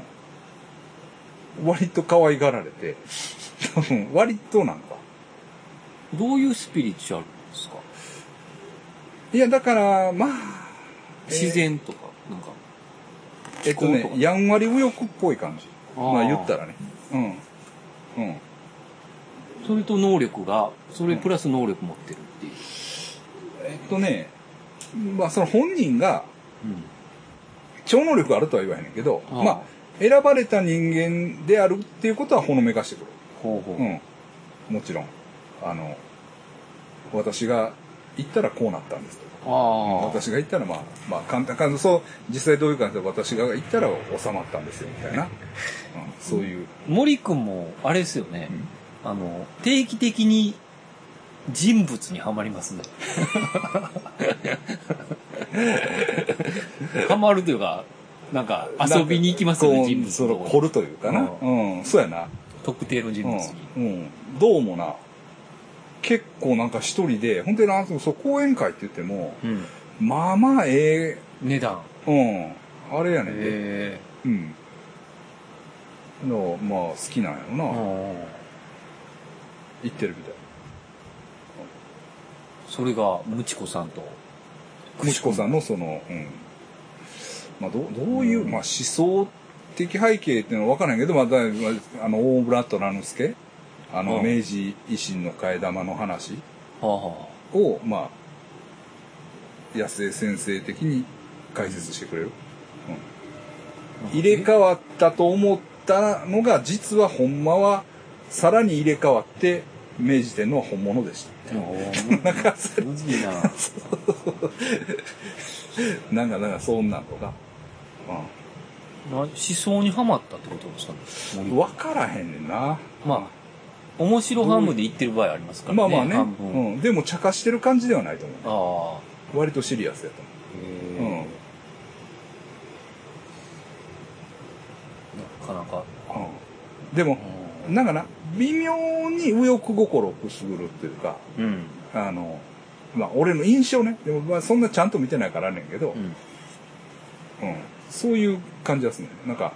Speaker 1: ん。割と可愛がられて、多分割となんか。
Speaker 2: どういうスピリチュアルですか
Speaker 1: いや、だから、まあ、
Speaker 2: 自然とか、なんか。
Speaker 1: えっと
Speaker 2: 気候と
Speaker 1: ね、
Speaker 2: か
Speaker 1: やんわり右翼っぽい感じ。
Speaker 2: あー
Speaker 1: まあ言ったらね。うん。うん。
Speaker 2: それと能力が、それプラス能力持ってるっていう。
Speaker 1: えっとね、まあその本人が
Speaker 2: うん。
Speaker 1: 超能力あるとは言わへんねんけど、
Speaker 2: あー
Speaker 1: まあ、選ばれた人間であるっていうことはほのめかしてくる。
Speaker 2: ほうほう。
Speaker 1: うん。もちろん。あの、私が行ったらこうなったんですとか。
Speaker 2: ああ。
Speaker 1: 私が行ったら、まあ、まあ、簡単、簡単、そう、実際どういう感じで私が行ったら収まったんですよ、みたいな。うん、そういう。
Speaker 2: 森くんも、あれですよね。
Speaker 1: うん
Speaker 2: あの、定期的に人物にはまりま すね。はまるというか、なんか遊びに行きますよ
Speaker 1: こ
Speaker 2: ね、
Speaker 1: う
Speaker 2: 人物
Speaker 1: その、
Speaker 2: の
Speaker 1: 凝るというかな。
Speaker 2: う
Speaker 1: うん、そうやな。
Speaker 2: 特定の人
Speaker 1: う
Speaker 2: 物
Speaker 1: ん
Speaker 2: に。、
Speaker 1: うん。どうもな、結構なんか一人で、本当になんそう、講演会って言っても、
Speaker 2: うん。
Speaker 1: まあまあ、え
Speaker 2: 値段。
Speaker 1: えうん、あれやねんで、
Speaker 2: え
Speaker 1: うん。の、まあ、好きなんやろな。
Speaker 2: えうん
Speaker 1: 行ってるみたい。
Speaker 2: それが、ムチコさんと。
Speaker 1: むしこさんのその、うん。まあ、どうどういう、まあ、思想的背景っていうのは分からんけど、まあ、だいぶあの、大村虎之助、あの、
Speaker 2: うん
Speaker 1: 明治維新の替え玉の話
Speaker 2: はあは
Speaker 1: を、まあ、安江先生的に解説してくれる。
Speaker 2: あ
Speaker 1: 入れ替わったと思ったのが、実はほんまは、さらに入れ替わって、明治天皇は本物で した。
Speaker 2: えうん
Speaker 1: なんか、そ
Speaker 2: むずいな。
Speaker 1: なんか、なんか、そんなんとか。うん
Speaker 2: な思想にはまったってことですかね。
Speaker 1: 分からへんねんな
Speaker 2: まあ、面白半分で言ってる場合ありますからね。
Speaker 1: まあまあね、
Speaker 2: 半分。
Speaker 1: うん、でも茶化してる感じではないと思
Speaker 2: ああ。
Speaker 1: う割とシリアスやと
Speaker 2: へ
Speaker 1: 思う、
Speaker 2: えなかなか。
Speaker 1: うんうん、でもなんかな微妙に右翼心をくすぐるっていうか
Speaker 2: うん。
Speaker 1: あのまあ俺の印象ねでもまあそんなちゃんと見てないからあれねんけど、
Speaker 2: うん。
Speaker 1: うんそういう感じですねなんか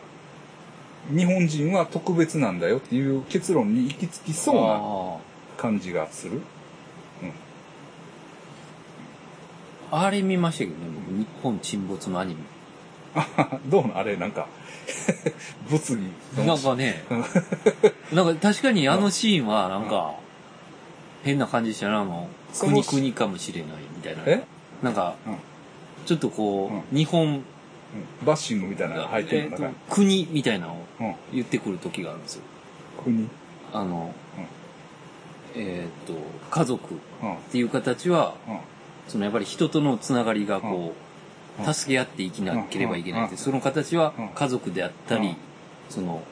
Speaker 1: 日本人は特別なんだよっていう結論に行き着きそうな
Speaker 2: あ
Speaker 1: 感じがする。
Speaker 2: ああれ見ましたけどね、僕日本沈没のアニ
Speaker 1: あどうなんあれ、なんか、 物議
Speaker 2: メ。なん かね、なんか確かにあのシーンはなんか、変な感じしたな、もう、
Speaker 1: その
Speaker 2: 国国かもしれないみたいな。
Speaker 1: え
Speaker 2: なんか
Speaker 1: うん、
Speaker 2: ちょっとこう、日本、
Speaker 1: うんバッシングみたいなのが入ってるの
Speaker 2: え
Speaker 1: な
Speaker 2: ー
Speaker 1: ん
Speaker 2: と
Speaker 1: か、
Speaker 2: 国みたいなのを
Speaker 1: うん、
Speaker 2: 言ってくる時があるんですよ。
Speaker 1: 国、うん、
Speaker 2: あの、えっと、家族っ
Speaker 1: うん、
Speaker 2: ていう形は、
Speaker 1: うん、
Speaker 2: そのやっぱり人とのつながりがこ
Speaker 1: うんう
Speaker 2: う、
Speaker 1: ん
Speaker 2: 助け合って生きなければいけないって、
Speaker 1: うん
Speaker 2: その形は
Speaker 1: うん
Speaker 2: 家族であった
Speaker 1: うん
Speaker 2: り、その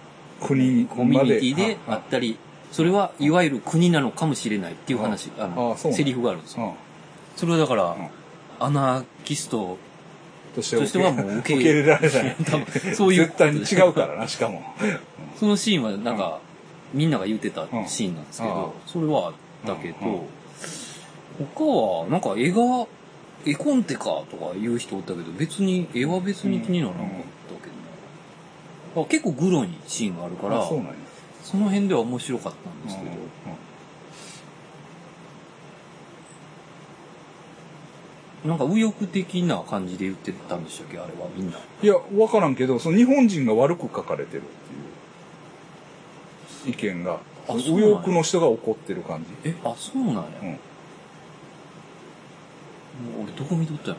Speaker 1: 国
Speaker 2: コミュニティで
Speaker 1: ま
Speaker 2: あったり、それはいわゆる国なのかもしれないっていう話、
Speaker 1: あ
Speaker 2: あの、
Speaker 1: そうなん
Speaker 2: セリフがあるんです
Speaker 1: う
Speaker 2: よ。
Speaker 1: んうん
Speaker 2: それはだから
Speaker 1: ん、
Speaker 2: アナーキスト
Speaker 1: として
Speaker 2: としてはもう受け
Speaker 1: 受け入れられない。
Speaker 2: 多分そういう
Speaker 1: 絶
Speaker 2: こと
Speaker 1: 対
Speaker 2: で
Speaker 1: に違うからな、しかも。
Speaker 2: そのシーンはなんか、みんなが言ってたシーンなんですけ
Speaker 1: うんああ
Speaker 2: ど、それはだけ
Speaker 1: うんうん
Speaker 2: ど、他はなんか絵が、絵コンテかとか言う人おったけど、別に、絵は別に気にならなかったけどねあ結構グロいシーンがあるから、
Speaker 1: あそう
Speaker 2: そ
Speaker 1: なんや。
Speaker 2: の辺では面白かったんですけど、なんか右翼的な感じで言ってたんでしたっけあれはみんな。
Speaker 1: いや、わからんけど、その日本人が悪く書かれてるっていう意見が、
Speaker 2: あそうなんや
Speaker 1: 右翼の人が怒ってる感
Speaker 2: え、あ、そうなんや。
Speaker 1: うん
Speaker 2: もう俺どこ見とったんや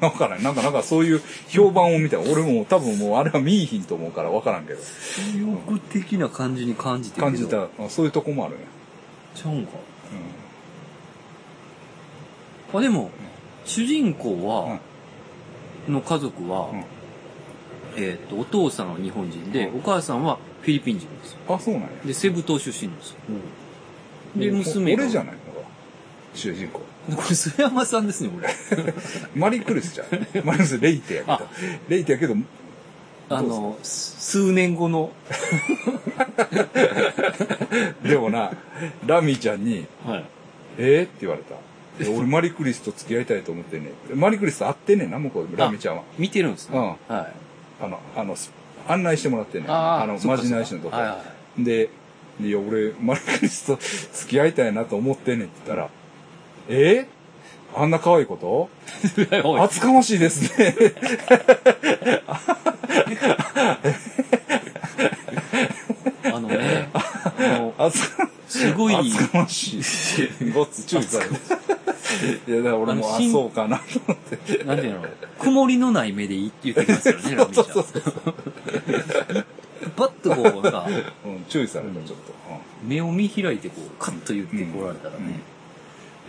Speaker 1: じ。 わからん。なんか、なんかそういう評判を見た。俺も多分もうあれは見いひんと思うからわからんけど。
Speaker 2: 右翼的な感じに感じてるけど
Speaker 1: 感じた、あそういうとこもあるね。
Speaker 2: ちゃうんか。あ、でも、主人公は、の家族は、
Speaker 1: うん
Speaker 2: えっ、と、お父さんは日本人で、
Speaker 1: う
Speaker 2: お母さんはフィリピン人ですよ。
Speaker 1: うん。あ、そうなんや。
Speaker 2: で、セブ島出身なんですよ。で、
Speaker 1: お
Speaker 2: 娘が。
Speaker 1: 俺じゃ
Speaker 2: い
Speaker 1: ないのか。主人公。
Speaker 2: これ、須山さんです ね、俺。
Speaker 1: マリークリスじゃん。 マリークリスレイテやけど
Speaker 2: あ。
Speaker 1: レイテやけど、
Speaker 2: あの、数年後の、
Speaker 1: でもな、ラミちゃんに、
Speaker 2: はい。
Speaker 1: えー、って言われた。え俺マリクリスと付き合いたいと思ってんねんマリクリスと会ってんねんな、向こうで。ラミちゃんは。
Speaker 2: 見てるんですね。
Speaker 1: う
Speaker 2: はい。
Speaker 1: あの、あの、す案内してもらってんねん。あの、
Speaker 2: そっか
Speaker 1: まじない師のとこ。
Speaker 2: はいはい。
Speaker 1: で、いや、俺、マリクリスと付き合いたいなと思ってんねんって言ったら、えー、あんな可愛いこと
Speaker 2: おい
Speaker 1: 厚かましいですね。
Speaker 2: あのね、あの、
Speaker 1: 厚か、
Speaker 2: すごい、
Speaker 1: 厚かましい。ごっつ注意されて。 いや、だから俺も、
Speaker 2: あ
Speaker 1: あ、
Speaker 2: の新
Speaker 1: そうかなと思って。
Speaker 2: なんていうの、曇りのない目でいいって言ってきますよ ね、ラミちゃん。パッとこう、なんか、
Speaker 1: うん、注意された、
Speaker 2: うん
Speaker 1: ちょっと。うん
Speaker 2: 目を見開いてこう、カッと言ってこられたらね。
Speaker 1: うんうん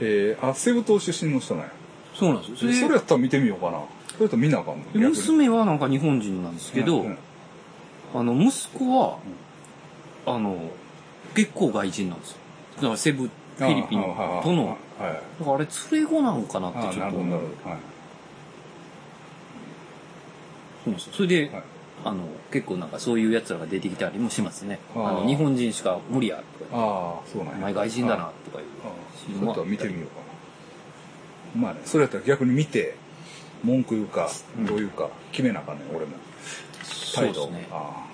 Speaker 1: えー、あ、セブ島出身の人なんや。
Speaker 2: そうなんです
Speaker 1: そ
Speaker 2: よ。
Speaker 1: れ
Speaker 2: そ
Speaker 1: や
Speaker 2: れ
Speaker 1: ったら見てみようかな。それと見なあかんの。逆に
Speaker 2: 娘はなんか日本人なんですけど、
Speaker 1: うんうん
Speaker 2: あの、息子は、あの、結構外人なんですよ。だからセブ、フ
Speaker 1: あ
Speaker 2: ィリピン
Speaker 1: はいはいはい
Speaker 2: との、
Speaker 1: はい。
Speaker 2: だからあれ連れ子なのかな
Speaker 1: あ
Speaker 2: ってちょ
Speaker 1: な
Speaker 2: っ
Speaker 1: るほど、な
Speaker 2: と思う
Speaker 1: る。ほど。はい。
Speaker 2: そうなんですよそれで、
Speaker 1: はい
Speaker 2: あの、結構なんかそういう奴らが出てきたりもしますね。
Speaker 1: あー
Speaker 2: あの、日本人しか無理や、とか、
Speaker 1: ああ、そうなんや。
Speaker 2: お前外人だな
Speaker 1: あ、
Speaker 2: とかいう。
Speaker 1: あそういうことは見てみようかな。まあね、それやったら逆に見て、文句言うか、
Speaker 2: うん
Speaker 1: どういうか、決めなあかんねん、俺も。
Speaker 2: そう
Speaker 1: 態
Speaker 2: で
Speaker 1: 度
Speaker 2: す
Speaker 1: を。
Speaker 2: ね。
Speaker 1: ああ。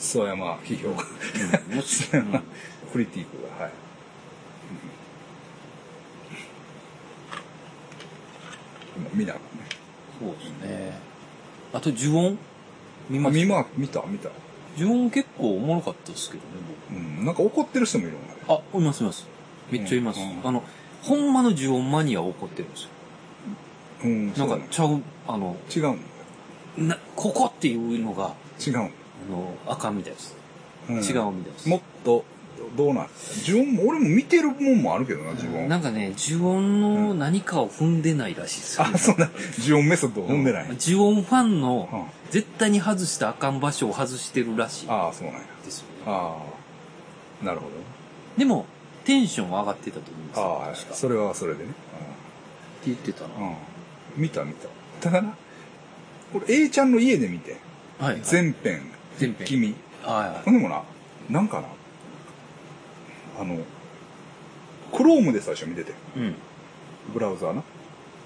Speaker 1: 諏訪山批評家、
Speaker 2: うんもし、 うん
Speaker 1: クリティックが、はい。うん今見なあかんね。
Speaker 2: そうですね。あと、呪音見
Speaker 1: あ、
Speaker 2: ま
Speaker 1: 見
Speaker 2: す
Speaker 1: ま、見た、見た。
Speaker 2: 呪音結構おもろかったですけどね、
Speaker 1: うん、なんか怒ってる人もいるもんね。
Speaker 2: 僕。あ、いますいます。めっちゃいます。
Speaker 1: うんうん
Speaker 2: あの、ほんまの呪音マニア怒ってるんですよ。
Speaker 1: うん、
Speaker 2: な
Speaker 1: そ
Speaker 2: ん
Speaker 1: う
Speaker 2: か
Speaker 1: ね、
Speaker 2: ちゃう、あの、
Speaker 1: 違うんだ
Speaker 2: な、ここっていうのが、
Speaker 1: よ。違
Speaker 2: あの、あかんみたいです。
Speaker 1: うん。
Speaker 2: 違うみたいです。
Speaker 1: もっと、どうなん自分も、俺も見てるもんもあるけどな、自分。
Speaker 2: なんかね、呪音の何かを踏んでないらしいですよ、ね
Speaker 1: あ、そうだ。ジオンメソッドを飲んでない。
Speaker 2: 呪音ファン
Speaker 1: う
Speaker 2: の
Speaker 1: ん、
Speaker 2: 絶対に外したらあかん場所を外してるらしい
Speaker 1: ああ、そうなんや。
Speaker 2: ですよね。
Speaker 1: ああ、なるほ
Speaker 2: でも、テンションは上がってたと思うんです
Speaker 1: ど。
Speaker 2: よ。
Speaker 1: ああ、
Speaker 2: 確か。って
Speaker 1: それはそれでね。
Speaker 2: 言ってたな。
Speaker 1: うん。うん見た見た。ただな、俺、A ちゃんの家で見て。
Speaker 2: はい、はい。
Speaker 1: 全編、
Speaker 2: 全編
Speaker 1: 君。
Speaker 2: はいはい
Speaker 1: でもな、なんかな、あの、クロームで最初見てて。
Speaker 2: うん。
Speaker 1: ブラウザーな。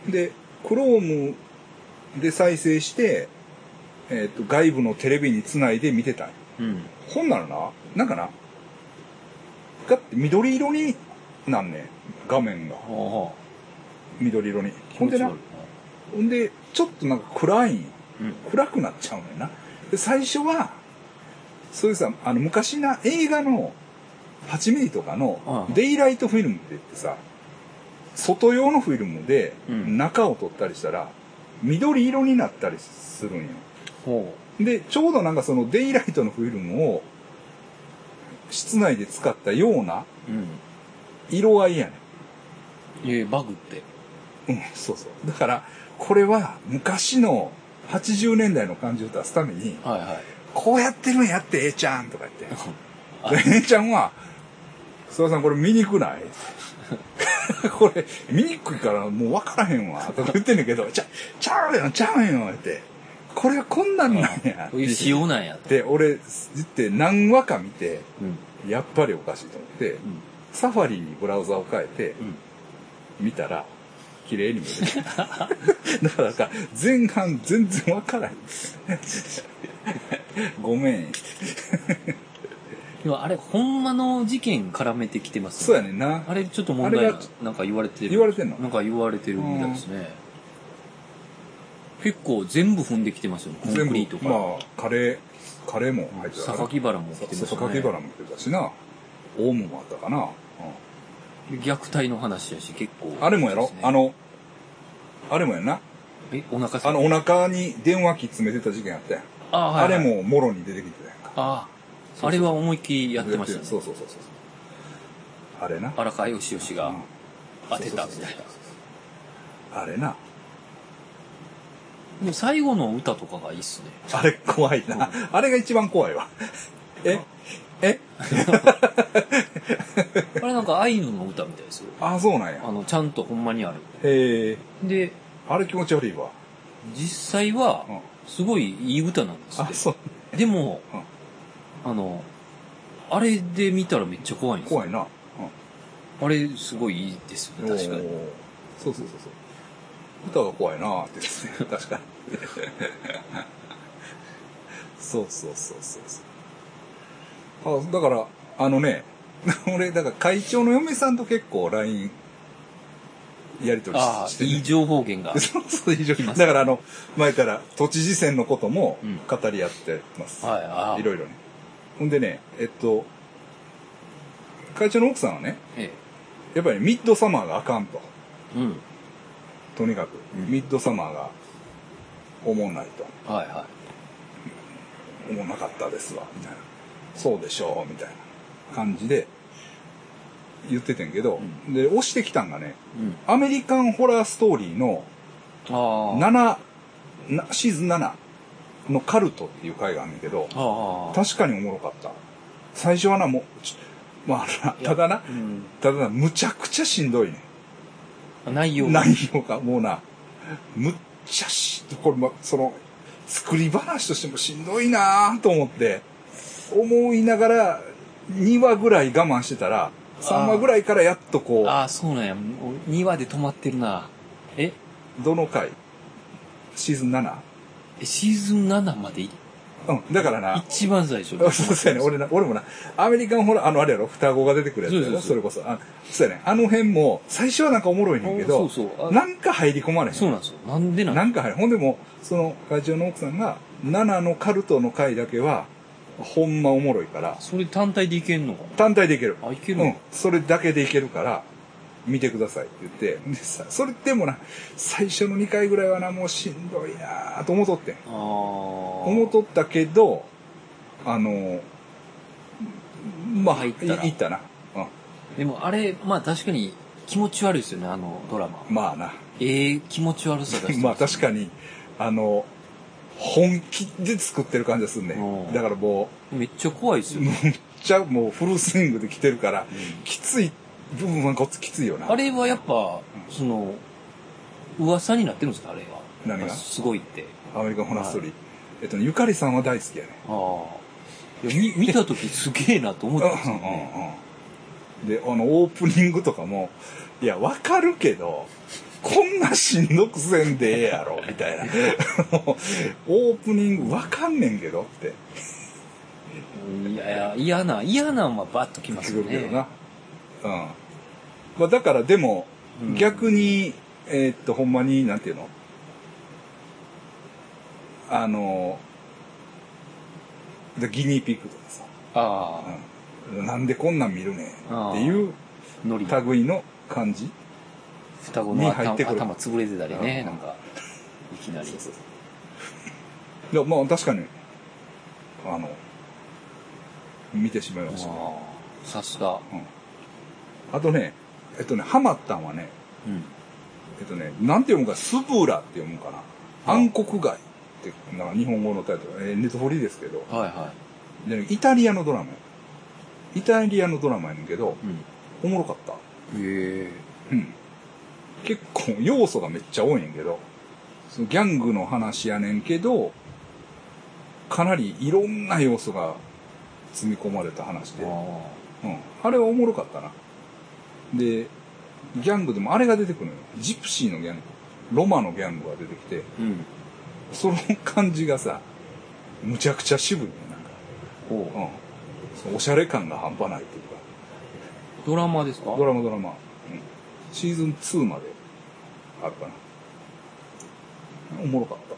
Speaker 1: で、Chrome で再生して、えっ、と、外部のテレビにつないで見てたんよ
Speaker 2: うん。
Speaker 1: ほんならな、なんかな、ガッて緑色になんねん画面が。
Speaker 2: ほ
Speaker 1: 緑色に。ほんでな、ほんで、ちょっとなんか暗いんよ
Speaker 2: うん。
Speaker 1: 暗くなっちゃうのよな。で、最初は、そういうさ、あの、昔な、映画の8ミリとかの
Speaker 2: う、ん
Speaker 1: デイライトフィルムって言ってさ、外用のフィルムで
Speaker 2: うん
Speaker 1: 中を撮ったりしたら、緑色になったりするんよ。
Speaker 2: ほ
Speaker 1: で、ちょうどなんかそのデイライトのフィルムを、室内で使ったような
Speaker 2: う。うん。
Speaker 1: 色合いやね
Speaker 2: えバグって。
Speaker 1: ん。うん、そうそう。だから、これは昔の80年代の感じを出すために、
Speaker 2: はいはい。
Speaker 1: こうやってるんやって、えちゃんとか言って。で、えちゃんは、諏訪さんこれ見にくない これ、見にくいからもう分からへんわ。とか言ってんねんけど、ちゃ、ちゃうよ、ちゃうよ、って。これはこんなんなんや。
Speaker 2: こういう仕様なんやと。
Speaker 1: で、俺、言って何話か見て、
Speaker 2: うん。
Speaker 1: やっぱりおかしいと思って、
Speaker 2: うん。
Speaker 1: サファリにブラウザを変えて、
Speaker 2: うん。
Speaker 1: 見たら、綺麗に見 える。だからなんか、前半全然わからへん。 ごめん。
Speaker 2: でもあれ、ほんまの事件絡めてきてます
Speaker 1: そ
Speaker 2: ね
Speaker 1: うやねんな。
Speaker 2: あれちょっと問題
Speaker 1: あれ
Speaker 2: な
Speaker 1: が、
Speaker 2: なんか言われてる。
Speaker 1: 言われてんの
Speaker 2: なんか言われてるみたいですね。結構全部踏んできてますよ、コンクリートか
Speaker 1: 全
Speaker 2: ら。
Speaker 1: 部まあ、カレー、カレーも入ってたから。
Speaker 2: 榊原も来てましたね。
Speaker 1: 榊原も来てたしな。オウムもあったかな。うん
Speaker 2: 虐待の話やし、結構、
Speaker 1: あれもやろあ、の、あれもやんな。
Speaker 2: え、お腹す
Speaker 1: あの、お腹に電話機詰めてた事件あったやん。
Speaker 2: あ,、
Speaker 1: あ
Speaker 2: はいは
Speaker 1: れ
Speaker 2: い、
Speaker 1: ももろに出てきてたやんか。
Speaker 2: ああ、あれは思いっきりやってまし た
Speaker 1: そ
Speaker 2: ね。
Speaker 1: うそうそうそう。あれな。
Speaker 2: 荒川よしよしが
Speaker 1: うん
Speaker 2: 当てたみたいな。
Speaker 1: あれな。
Speaker 2: もう最後の歌とかがいいっすね。
Speaker 1: あれ怖いな。あれが一番怖いわ。ええ
Speaker 2: あれなんかアイヌの歌みたいですよ。
Speaker 1: あ、そうなん
Speaker 2: あ
Speaker 1: や。
Speaker 2: の、ちゃんとほんまにある。
Speaker 1: へえ。
Speaker 2: で、
Speaker 1: あれ気持ち悪いわ。
Speaker 2: 実際は
Speaker 1: うん、
Speaker 2: すごいいい歌なんですっ
Speaker 1: あ、
Speaker 2: て。
Speaker 1: そう。
Speaker 2: でも、あの、あれで見たらめっちゃ怖いんですよ。
Speaker 1: 怖いな。
Speaker 2: あれ、すごいいいです
Speaker 1: う
Speaker 2: よ
Speaker 1: ん
Speaker 2: ね、確
Speaker 1: お
Speaker 2: か。に。
Speaker 1: ーそうそうそうそう。歌が怖いなって言っ て、確かに。そうそうそうそうそう。あ、だから、あのね、 俺、だから会長の嫁さんと結構 LINE やりとり
Speaker 2: あ
Speaker 1: しし
Speaker 2: あ、
Speaker 1: てんね
Speaker 2: いい情報 源が。
Speaker 1: そうそう、以上
Speaker 2: います
Speaker 1: だからあの、前から都知事選のことも
Speaker 2: うん
Speaker 1: 語り合ってます。
Speaker 2: はい、ああ。
Speaker 1: いろいろね。ほんでね、えっと、会長の奥さんはね、
Speaker 2: え
Speaker 1: やっぱりミッドサマーがあかんと。
Speaker 2: え。うん。
Speaker 1: とにかく、
Speaker 2: うん
Speaker 1: ミッドサマーが、おもんないと。
Speaker 2: はいは
Speaker 1: おもんなかったですわ、みたいな。そうでしょう、みたいな感じで、言っててんけど、
Speaker 2: う
Speaker 1: で、押してきたんがね、
Speaker 2: い。うん。
Speaker 1: アメリカンホラーストーリーの
Speaker 2: ああ。
Speaker 1: 7、なシーズン7のカルトっていう回があんねんけど、
Speaker 2: ああ。
Speaker 1: 確かにおもろかった。最初はな、もう、ちょまああのな、
Speaker 2: いや
Speaker 1: ただな
Speaker 2: う、ん。
Speaker 1: ただな、むちゃくちゃしんどいね
Speaker 2: 内容
Speaker 1: ん。
Speaker 2: が。
Speaker 1: 内容が、もうな、むっちゃし、これ、ま、その、作り話としてもしんどいなぁと思って、思いながら、2話ぐらい我慢してたら、3話ぐらいからやっとこ
Speaker 2: ああ、そうなんや。もう2話で止まってるな。え
Speaker 1: う、どの回シーズン 7?
Speaker 2: えシーズン7までい
Speaker 1: うん、だからな、
Speaker 2: 一番最初に
Speaker 1: あ そうそうやね。俺な、俺もな、アメリカンホラー、あの、あれやろ、双子が出てくるやつやろ、そ
Speaker 2: そうそう
Speaker 1: れこそ。あそうやね。あの辺も、最初はなんかおもろいねんけど、
Speaker 2: あそうそうあ
Speaker 1: なんか入り込まれへん。
Speaker 2: そうなんですよ。なん でなん
Speaker 1: なんか入る。ほんでも、その、会長の奥さんが、7のカルトの回だけは、ほんまおもろいから、
Speaker 2: それ単体でいけんのか
Speaker 1: 単体でいける。
Speaker 2: なあ、いける
Speaker 1: うん
Speaker 2: の。
Speaker 1: それだけでいけるから、見てくださいって言って、でさ、それでもな、最初の2回ぐらいはな、もうしんどいなぁと思っとってん。
Speaker 2: ああ。思
Speaker 1: 思っとったけど、あの、まあ、
Speaker 2: 入
Speaker 1: い
Speaker 2: ったら
Speaker 1: いったな。うん。
Speaker 2: でもあれ、まあ確かに気持ち悪いですよね、あのドラマ。
Speaker 1: まあな。
Speaker 2: ええ気持ち悪さ出し て
Speaker 1: まあ確
Speaker 2: に。
Speaker 1: かに、あの、本気で作ってる感じがすんね
Speaker 2: う。ん
Speaker 1: だからも
Speaker 2: めっちゃ怖いです
Speaker 1: う、
Speaker 2: よ
Speaker 1: む
Speaker 2: ね。
Speaker 1: っちゃもうフルスイングで来てるから、きつい部分はごっつきついよな。
Speaker 2: あれはやっぱ、その、噂になってるんですか、あれは。
Speaker 1: 何が
Speaker 2: やっぱすごいって。
Speaker 1: アメリカンホラーストーリー。えっとね、ゆかりさんは大好きやね。
Speaker 2: ああ。いや、 み見たときすげえなと思
Speaker 1: う
Speaker 2: っ
Speaker 1: んう
Speaker 2: た
Speaker 1: ん
Speaker 2: んですよね。
Speaker 1: うんうん。で、あの、オープニングとかも、いや、わかるけど、こんなしんどくせんでええやろ、み たいな。もうオープニングわかんねんけどって
Speaker 2: いやいや、嫌な、嫌なんはバッときま
Speaker 1: 聞
Speaker 2: すよ
Speaker 1: くけ
Speaker 2: ね。
Speaker 1: どな。うん。まあだからでも、
Speaker 2: うん
Speaker 1: 逆に、えーっと、ほんまに、なんていうのあの、でギニーピックとかさ、
Speaker 2: あ
Speaker 1: うんなんでこんなん見るねんっていう
Speaker 2: あ、ノリ。
Speaker 1: 類の感じ。
Speaker 2: 双子の
Speaker 1: に入
Speaker 2: 頭
Speaker 1: ってくる
Speaker 2: 頭潰れてたりね、
Speaker 1: うん
Speaker 2: なんか、いきなり。
Speaker 1: いや、まあ確かに、あの、見てしまい
Speaker 2: あ
Speaker 1: ましたね。
Speaker 2: あさすが。
Speaker 1: あとね、えっとね、ハマったんはね、
Speaker 2: うん。
Speaker 1: えっとね、なんて読むか、スブラって読むかな。暗黒街って、なんか日本語のタイトル、えーネットフリーですけど、
Speaker 2: はいは
Speaker 1: でイタリアのドラマやイタリアのドラマやねんけど、
Speaker 2: い。うん。
Speaker 1: おもろかった。
Speaker 2: へえ。
Speaker 1: うん。結構要素がめっちゃ多いんやけど、そのギャングの話やねんけど、かなりいろんな要素が積み込まれた話で、
Speaker 2: あ
Speaker 1: うん、あれはおもろかったな。で、ギャングでもあれが出てくるのよ。ジプシーのギャング、ロマのギャングが出てきて、
Speaker 2: あ。うん。
Speaker 1: その感じがさ、むちゃくちゃ渋いね、なん
Speaker 2: おう
Speaker 1: か。うん。そのおしゃれ感が半端ないっていうか。
Speaker 2: ドラマですか
Speaker 1: ドラマドラマ、うん、シーズン2まであるかなおもろかった、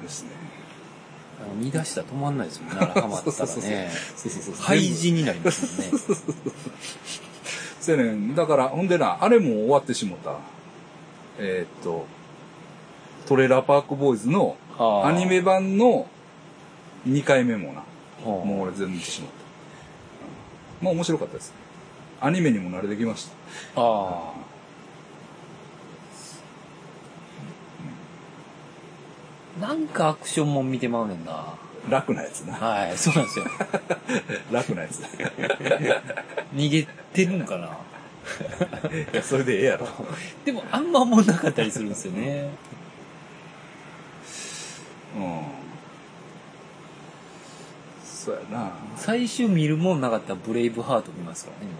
Speaker 1: うん、ですね
Speaker 2: 見出したら止まんないですもんね。あれハマっ た
Speaker 1: そう
Speaker 2: ら
Speaker 1: そうそう
Speaker 2: ね。
Speaker 1: そうそうそう
Speaker 2: 廃人になります もんね。
Speaker 1: せやねんだからほんでなあれも終わってしもたえーっとトレーラーパークボーイズの
Speaker 2: あ
Speaker 1: アニメ版の2回目もな
Speaker 2: も
Speaker 1: もう俺全部見てしまったうんまあ面白かったですアニメにも慣れてきました
Speaker 2: ああ。なんかアクションもん見てまうねんな。
Speaker 1: 楽なやつ な。
Speaker 2: はい、そうなんですよ。
Speaker 1: 楽なやつ。い
Speaker 2: 逃げてるんかな。
Speaker 1: や、それでええやろ。
Speaker 2: でもあんま思んなかったりするんですよね。
Speaker 1: うん。そうやな。
Speaker 2: 最終見るもんなかったらブレイブハート見ますからね。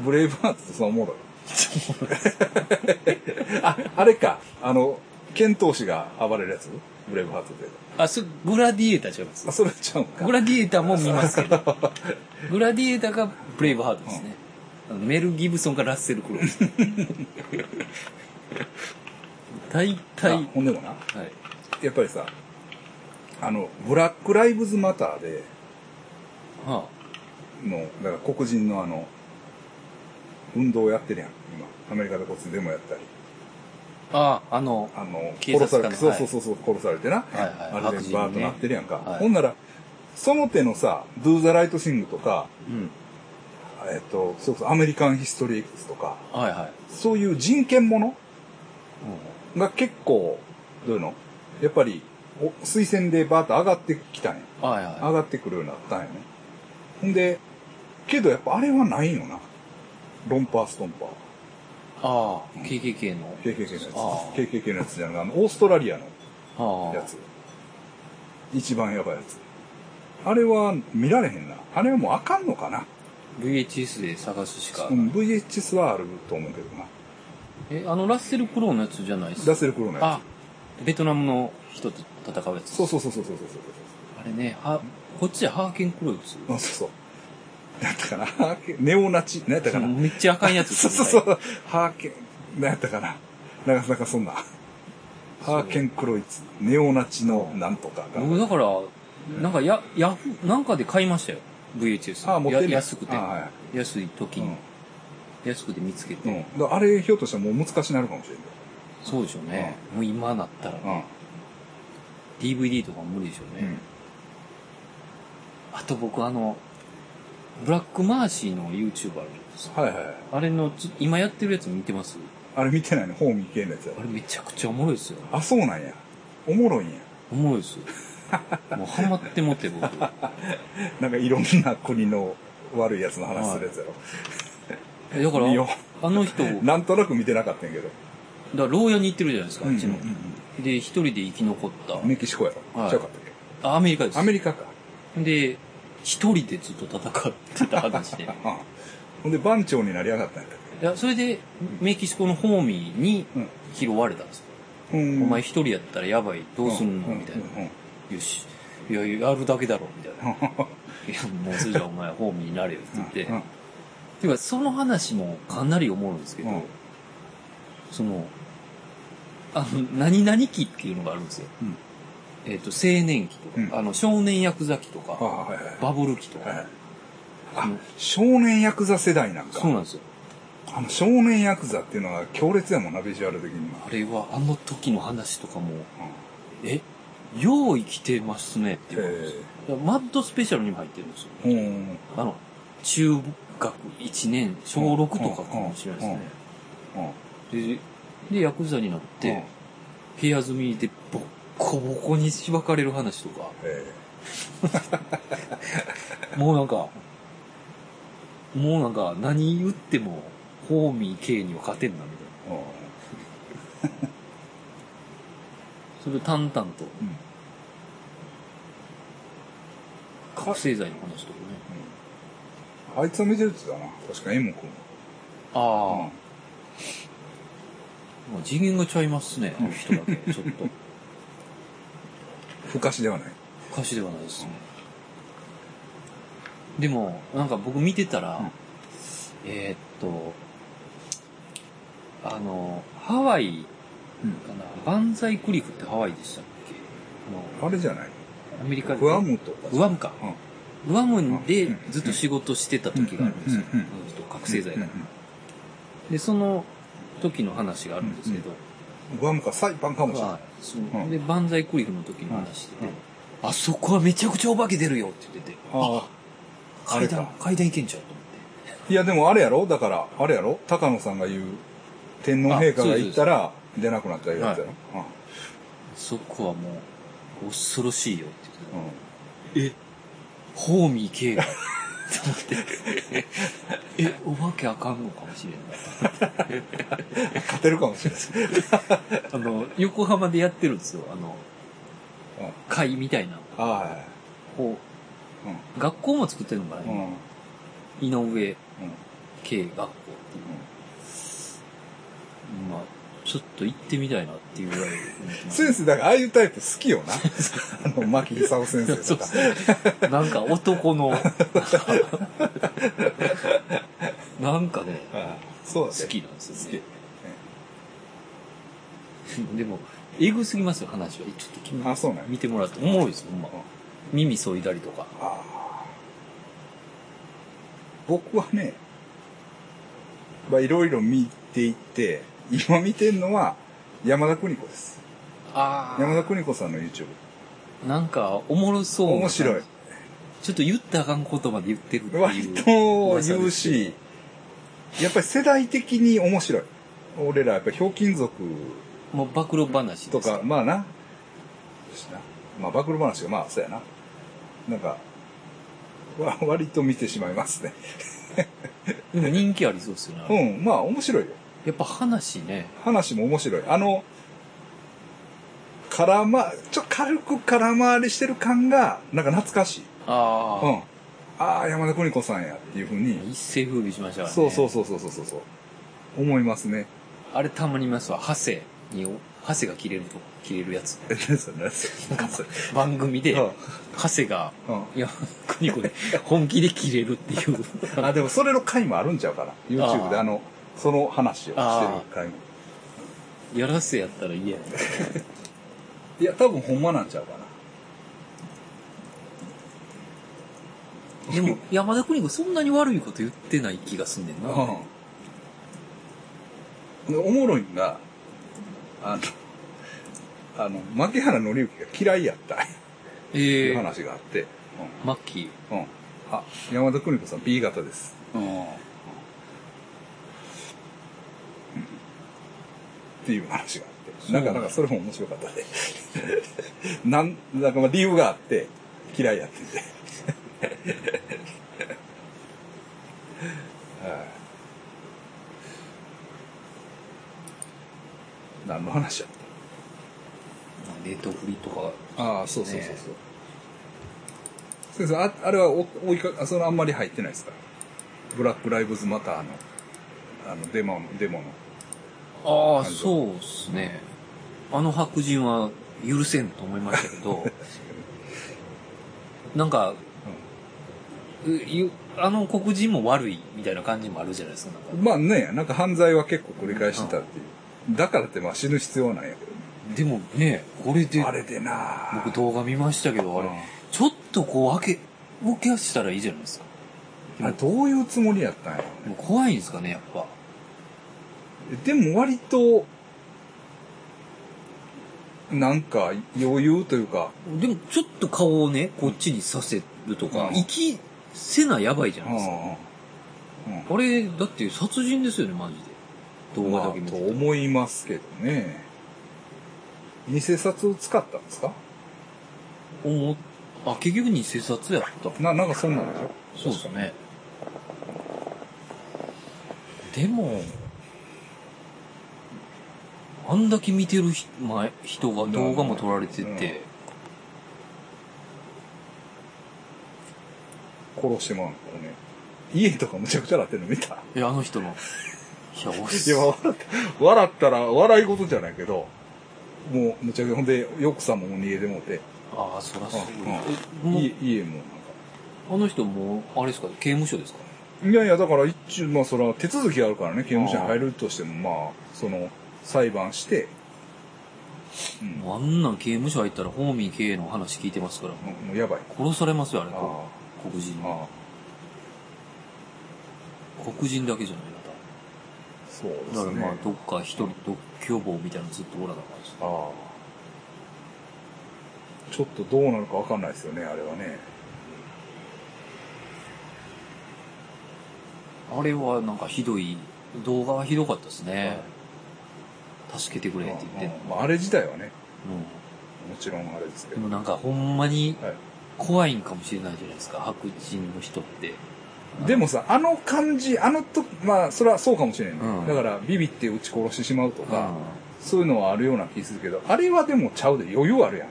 Speaker 1: ブレイブハーツってさ、おもろい。 あ、あれか。あの、剣闘士が暴れるやつブレイブハーツで。
Speaker 2: あ、それグラディエーターちゃいます
Speaker 1: あ、。それちゃうんか。
Speaker 2: グラディエーターも見ますけど。 グラディエーターがブレイブハートですね。あのメル・ギブソンかラッセル・クロウです。大 体、
Speaker 1: あ
Speaker 2: はい。
Speaker 1: ほんでもな。やっぱりさ、あの、ブラックライブズマターで、
Speaker 2: は
Speaker 1: の、だから黒人のあの、運動をやってるやん。今。アメリカでこっちでもやったり。
Speaker 2: あ、ああ、あの、
Speaker 1: あの、
Speaker 2: 警察
Speaker 1: 殺
Speaker 2: 官
Speaker 1: されて、そ
Speaker 2: の
Speaker 1: う
Speaker 2: はい
Speaker 1: そうそうそう、殺されてな、
Speaker 2: はいはい
Speaker 1: あれ
Speaker 2: 白
Speaker 1: で
Speaker 2: 人
Speaker 1: バーッ
Speaker 2: ね
Speaker 1: となってるやんか。
Speaker 2: はい
Speaker 1: ほんなら、その手のさ、Do the Right Thing とか、
Speaker 2: うん。
Speaker 1: えっと、そうそう、アメリカンヒストリー X とか、
Speaker 2: はいはい。
Speaker 1: そういう人権ものが結構、どういうのやっぱり、お推薦でバーッと上がってきたんや。
Speaker 2: うんはいは
Speaker 1: 上がってくるようになったんやね。ほんで、けどやっぱあれはないよな。ロンパーストンパー。
Speaker 2: い。ああ、KKK の。
Speaker 1: KKK
Speaker 2: あ
Speaker 1: の
Speaker 2: あ
Speaker 1: やつ。KKK のやつじゃなくて、あの、オーストラリアの
Speaker 2: はあ。
Speaker 1: やつ。一番やばいやつ。あれは見られへんな。あれはもうあかんのかな。
Speaker 2: VHS で探すしか
Speaker 1: う。ん、VHS はあると思うけどな。
Speaker 2: え、あの、ラッセル・クロウのやつじゃないです
Speaker 1: ラッセルクローのや
Speaker 2: あ、ベトナムの人と戦うや
Speaker 1: つ。
Speaker 2: つ。
Speaker 1: そうそうそうそうそうそう
Speaker 2: あれね、は、こっちでハーケン・クロウツ。
Speaker 1: そう。そうそうそう。なんやったかな。ハーケンネオナチ。なんやったかな。
Speaker 2: めっちゃあかんやつ。
Speaker 1: そうそうそう。ハーケン、なんやったかな。なかなかそんな。ハーケンクロイツ、ネオナチのなんとか
Speaker 2: 僕だから、なんかや、ヤフー、なんかで買いましたよ。VHS。
Speaker 1: が。あ、持ってんねん
Speaker 2: や安くて
Speaker 1: あ。は
Speaker 2: 安い時
Speaker 1: い。
Speaker 2: に、安くて見つけ
Speaker 1: う
Speaker 2: て。
Speaker 1: ん。うん。だからあれ、ひょっとしたらもう難しになるかもしれ
Speaker 2: そうでしょうね。もう今なったら、
Speaker 1: ない。
Speaker 2: DVD とか無理でしょう
Speaker 1: うん。う
Speaker 2: ね
Speaker 1: ん。。
Speaker 2: あと僕あの、ブラックマーシーの YouTube あるんですよ
Speaker 1: はいはいはい。
Speaker 2: あれのち、今やってるやつ見てます
Speaker 1: あれ見てないの、ホーミー系のやつやろ
Speaker 2: あれめちゃくちゃおもろいですよ。
Speaker 1: あ、そうなんや。おもろいんや。
Speaker 2: おもろ いですよ。もうハマってもって僕。
Speaker 1: なんかいろんな国の悪いやつの話するやつやろ。
Speaker 2: えだか
Speaker 1: 見よ
Speaker 2: ら、あの人、だか
Speaker 1: なんとなく見てなかったんやけど。
Speaker 2: ら牢屋に行ってるじゃないですか、あっちの
Speaker 1: うんうん。
Speaker 2: で、一人で生き残った。
Speaker 1: メキシコやろ。
Speaker 2: はい
Speaker 1: ちゃうかったっ
Speaker 2: あアメリカで
Speaker 1: け
Speaker 2: す
Speaker 1: ア。メリカか。
Speaker 2: で、一人でずっと戦ってた話で。
Speaker 1: あほんで番長になりやがったんやったっ
Speaker 2: いや、それで、メキシコのホーミーに
Speaker 1: うん
Speaker 2: 拾われたんですよ。
Speaker 1: けうん
Speaker 2: お前一人やったらやばい、どうすんのみたいな。よし。いや、やるだけだろ、みたいな。 いや、もうそれじゃお前ホーミーになれよって言って。
Speaker 1: うん
Speaker 2: てか、その話もかなり思うんですけど、
Speaker 1: うん
Speaker 2: その、あの、何々期っていうのがあるんですよ。
Speaker 1: うん
Speaker 2: えっ、と、青年期とか、
Speaker 1: うん
Speaker 2: あの、少年ヤクザ期と
Speaker 1: ああ
Speaker 2: か、
Speaker 1: はいはい
Speaker 2: バブル期とか、
Speaker 1: はい
Speaker 2: あ
Speaker 1: あ
Speaker 2: の
Speaker 1: 少年ヤクザ世代なんか
Speaker 2: そうなんですよ。
Speaker 1: あの少年ヤクザっていうのは強烈やもんなビジュアル的には
Speaker 2: あれは、あの時の話とかも、え、よう生きてますねって
Speaker 1: へ
Speaker 2: いう
Speaker 1: え
Speaker 2: だからマッドスペシャルにも入ってるんですよ。
Speaker 1: うん
Speaker 2: あの、中学1年、小6とかかもしれないですね。で、で、ヤクザになって、部屋住みでボッコボコにしばかれる話とか、
Speaker 1: え
Speaker 2: もうなんか、もうなんか何言っても、ホーミー K には勝てんな、みたいな。
Speaker 1: えうん
Speaker 2: それを淡
Speaker 1: う
Speaker 2: 々と、
Speaker 1: ん
Speaker 2: 覚醒剤の話とかね。
Speaker 1: あいつは目印だな確か M 君
Speaker 2: ああ、次元がちゃいますね、あの人だけ。ちょっと。
Speaker 1: 不可視ではない
Speaker 2: 歌手ではないですね。でも、なんか僕見てたら、
Speaker 1: うん
Speaker 2: えーっと、あの、ハワイかな、バンザイクリフってハワイでしたっけ
Speaker 1: あれじゃない
Speaker 2: あのアメリカで。
Speaker 1: グアムとか
Speaker 2: グアムか。
Speaker 1: うん
Speaker 2: グアムで
Speaker 1: うん
Speaker 2: ずっと仕事してた時があるんですよ。
Speaker 1: うんうん
Speaker 2: あの人覚醒剤が
Speaker 1: うん。
Speaker 2: で、その時の話があるんですけど、
Speaker 1: うんグアムかサイパンかもしれない
Speaker 2: あそう
Speaker 1: うん
Speaker 2: で、バンザイクリフの時の話で、
Speaker 1: うんうん
Speaker 2: あそこはめちゃくちゃお化け出るよって言ってて、
Speaker 1: ああ
Speaker 2: 階
Speaker 1: れ
Speaker 2: 段
Speaker 1: か、
Speaker 2: 階段行けんちゃうと思って。
Speaker 1: いやでもあれやろだからあれやろ高野さんが言う天皇陛下が行ったら出なくなったやつやろ
Speaker 2: そこはもう、恐ろしいよっ
Speaker 1: うんう
Speaker 2: て
Speaker 1: ん
Speaker 2: 言ってた。えホーミー K が。 と思って。 え、お化けあかんのかもしれな
Speaker 1: 勝てるかもしれない
Speaker 2: い。あの、横浜でやってるんですよ。あの、
Speaker 1: うん
Speaker 2: 会みたいな。
Speaker 1: は
Speaker 2: こ
Speaker 1: いうん
Speaker 2: う、学校も作ってるのかな、
Speaker 1: うん
Speaker 2: 今
Speaker 1: うん
Speaker 2: 井上 K 学校っていう。まあ、ちょっと行ってみたいなっていうぐらい思ってます。
Speaker 1: 先生だからああいうタイプ好きよなあの牧久夫先
Speaker 2: そ
Speaker 1: 生
Speaker 2: う
Speaker 1: と
Speaker 2: で
Speaker 1: か
Speaker 2: すね。なんか男の、 なんかね、
Speaker 1: ああそう
Speaker 2: 好
Speaker 1: だね
Speaker 2: きなんですよね。でも、エグすぎますよ、話は。ちょっと君
Speaker 1: あそうなんや
Speaker 2: 見てもらって。おもろいですよ、ほんま
Speaker 1: うん。
Speaker 2: 耳そいだりとか。
Speaker 1: ああ僕はねまあいろいろ見ていって今見てんのは山田邦子です
Speaker 2: あ
Speaker 1: 山田邦子さんの YouTube
Speaker 2: なんか、おもろそう。
Speaker 1: 面白い。
Speaker 2: ちょっと言ったらあかん言葉で言ってるっていう。
Speaker 1: 割と
Speaker 2: 噂
Speaker 1: 言
Speaker 2: で
Speaker 1: う
Speaker 2: すけ
Speaker 1: しやっぱり世代的に面白い俺らやっぱりひょうきん族
Speaker 2: ど。もう、暴露話です。
Speaker 1: とか、。まあな。しなまあ、暴露話が、まあ、そうやな。なんか、わ割と見てしまいますね。
Speaker 2: でも人気ありそうですよね。
Speaker 1: うん、まあ、面白いよ。
Speaker 2: やっぱ話ね。
Speaker 1: 話も面白い。あの、空ま、ちょ、軽く空回りしてる感が、なんか懐かしい。
Speaker 2: あ
Speaker 1: う
Speaker 2: あ。
Speaker 1: ん。ああ、山田邦子さんやっていうふうに、
Speaker 2: 一世風靡しましたからね。
Speaker 1: そうそうそうそうそうそうそう。思いますね。
Speaker 2: あれたまに見ますわ。ハセに、ハセが切れると、切れるやつ。
Speaker 1: え、何それ何それ何そ れ
Speaker 2: 番組で
Speaker 1: うん、
Speaker 2: ハセが、
Speaker 1: うん
Speaker 2: いや、国子で本気で切れるっていう。
Speaker 1: あ、でもそれの回もあるんちゃうかな。YouTube で
Speaker 2: あー
Speaker 1: あの、その話をしてる回も。
Speaker 2: やらせやったら嫌や。
Speaker 1: いや、多分ほんまなんちゃうかな。
Speaker 2: でも、山田邦子そんなに悪いこと言ってない気がすんねんな。
Speaker 1: うん、おもろいんがあのあの牧原紀之が嫌いやったって
Speaker 2: え
Speaker 1: いう
Speaker 2: え
Speaker 1: 話があって、
Speaker 2: マッキー。
Speaker 1: うんうん、あ山田邦子さん B 型です、うんっていう話があってなんかなんかそれも面白かったで なんなんかまあ理由があって嫌いやってて はい何の話やっ
Speaker 2: 冷凍フリとか。
Speaker 1: たああそう、
Speaker 2: そうそうそう
Speaker 1: 先生ああれはお追いかあそのあんまり入ってないですかブラック・ライブズ・マターの、あの、デモ、デモの。
Speaker 2: ああ、そうですね。あの白人は許せんと思いましたけ ど、なんか、うゆあの黒人も悪いみたいな感じもあるじゃないですか。なんか
Speaker 1: まあね、なんか犯罪は結構繰り返してたっていう。だからってまあ死ぬ必要はないやけどね
Speaker 2: でもね、これで
Speaker 1: あ、れでな
Speaker 2: 僕動画見ましたけど、あれ
Speaker 1: うん、
Speaker 2: ちょっとこう開け、動き出したらいいじゃないですか。
Speaker 1: あれどういうつもりやったんやろ
Speaker 2: もう怖いんですかね、やっぱ。
Speaker 1: でも割と、なんか余裕というか、
Speaker 2: でもちょっと顔をね、こっちにさせるとか
Speaker 1: う、ん
Speaker 2: 生きせなやばいじゃ
Speaker 1: う
Speaker 2: ないですか。
Speaker 1: んうん
Speaker 2: あれ、だって殺人ですよね、マジで。動画だけ見
Speaker 1: まあ
Speaker 2: て
Speaker 1: と
Speaker 2: たら。
Speaker 1: 思いますけどね。偽札を使ったんですか
Speaker 2: 思っあ、結局偽札やった。
Speaker 1: な、なんかそんなんでしょ
Speaker 2: そうですね。でも、あんだけ見てる人,、まあ、人が動画も撮られてて、
Speaker 1: 殺してもらうからね。家とかむちゃくちゃなってるの見た。
Speaker 2: いや、あの人の、いや、おっ
Speaker 1: いや、笑った、笑ったら笑い事じゃないけど、もうむちゃくちゃ、ほんで、よくさんも逃げてもうて、
Speaker 2: ああ、そらそうだ。え
Speaker 1: うん
Speaker 2: もう
Speaker 1: 家、家もなんか。
Speaker 2: あの人も、あれですか、刑務所ですか
Speaker 1: いやいや、だから一応、まあそれは手続きがあるからね、刑務所に入るとしても、まあ、その、裁判して、うん、も
Speaker 2: もうあんなん刑務所入ったら、ホーミー経営の話聞いてますから、
Speaker 1: うもうやばい。
Speaker 2: 殺されますよ、あれ、
Speaker 1: あ
Speaker 2: こ
Speaker 1: あ
Speaker 2: う黒人。
Speaker 1: ああ、
Speaker 2: 黒人だけじゃないまた。
Speaker 1: そうで
Speaker 2: だか
Speaker 1: す
Speaker 2: ら
Speaker 1: ね。
Speaker 2: まあ、どっか一人、独居房みたいなのずっとおらなかったです
Speaker 1: ああちょっとどうなるかわかんないですよね、あれはね。
Speaker 2: あれはなんかひどい、動画はひどかったですね。助けてくれって言って。
Speaker 1: まあ、あれ自体はね、
Speaker 2: う
Speaker 1: もちろんあれですけ
Speaker 2: ん。で
Speaker 1: ど。
Speaker 2: もなんかほんまに
Speaker 1: はい、
Speaker 2: 怖いんかもしれないじゃないですか、白人の人って。
Speaker 1: でもさ、あの感じ、あのと、まあ、それはそうかもしれない、
Speaker 2: うん
Speaker 1: だから、ビビって撃ち殺してしまうと
Speaker 2: うん、
Speaker 1: か、そういうのはあるような気するけど、あれはでもちゃうで余裕あるやん。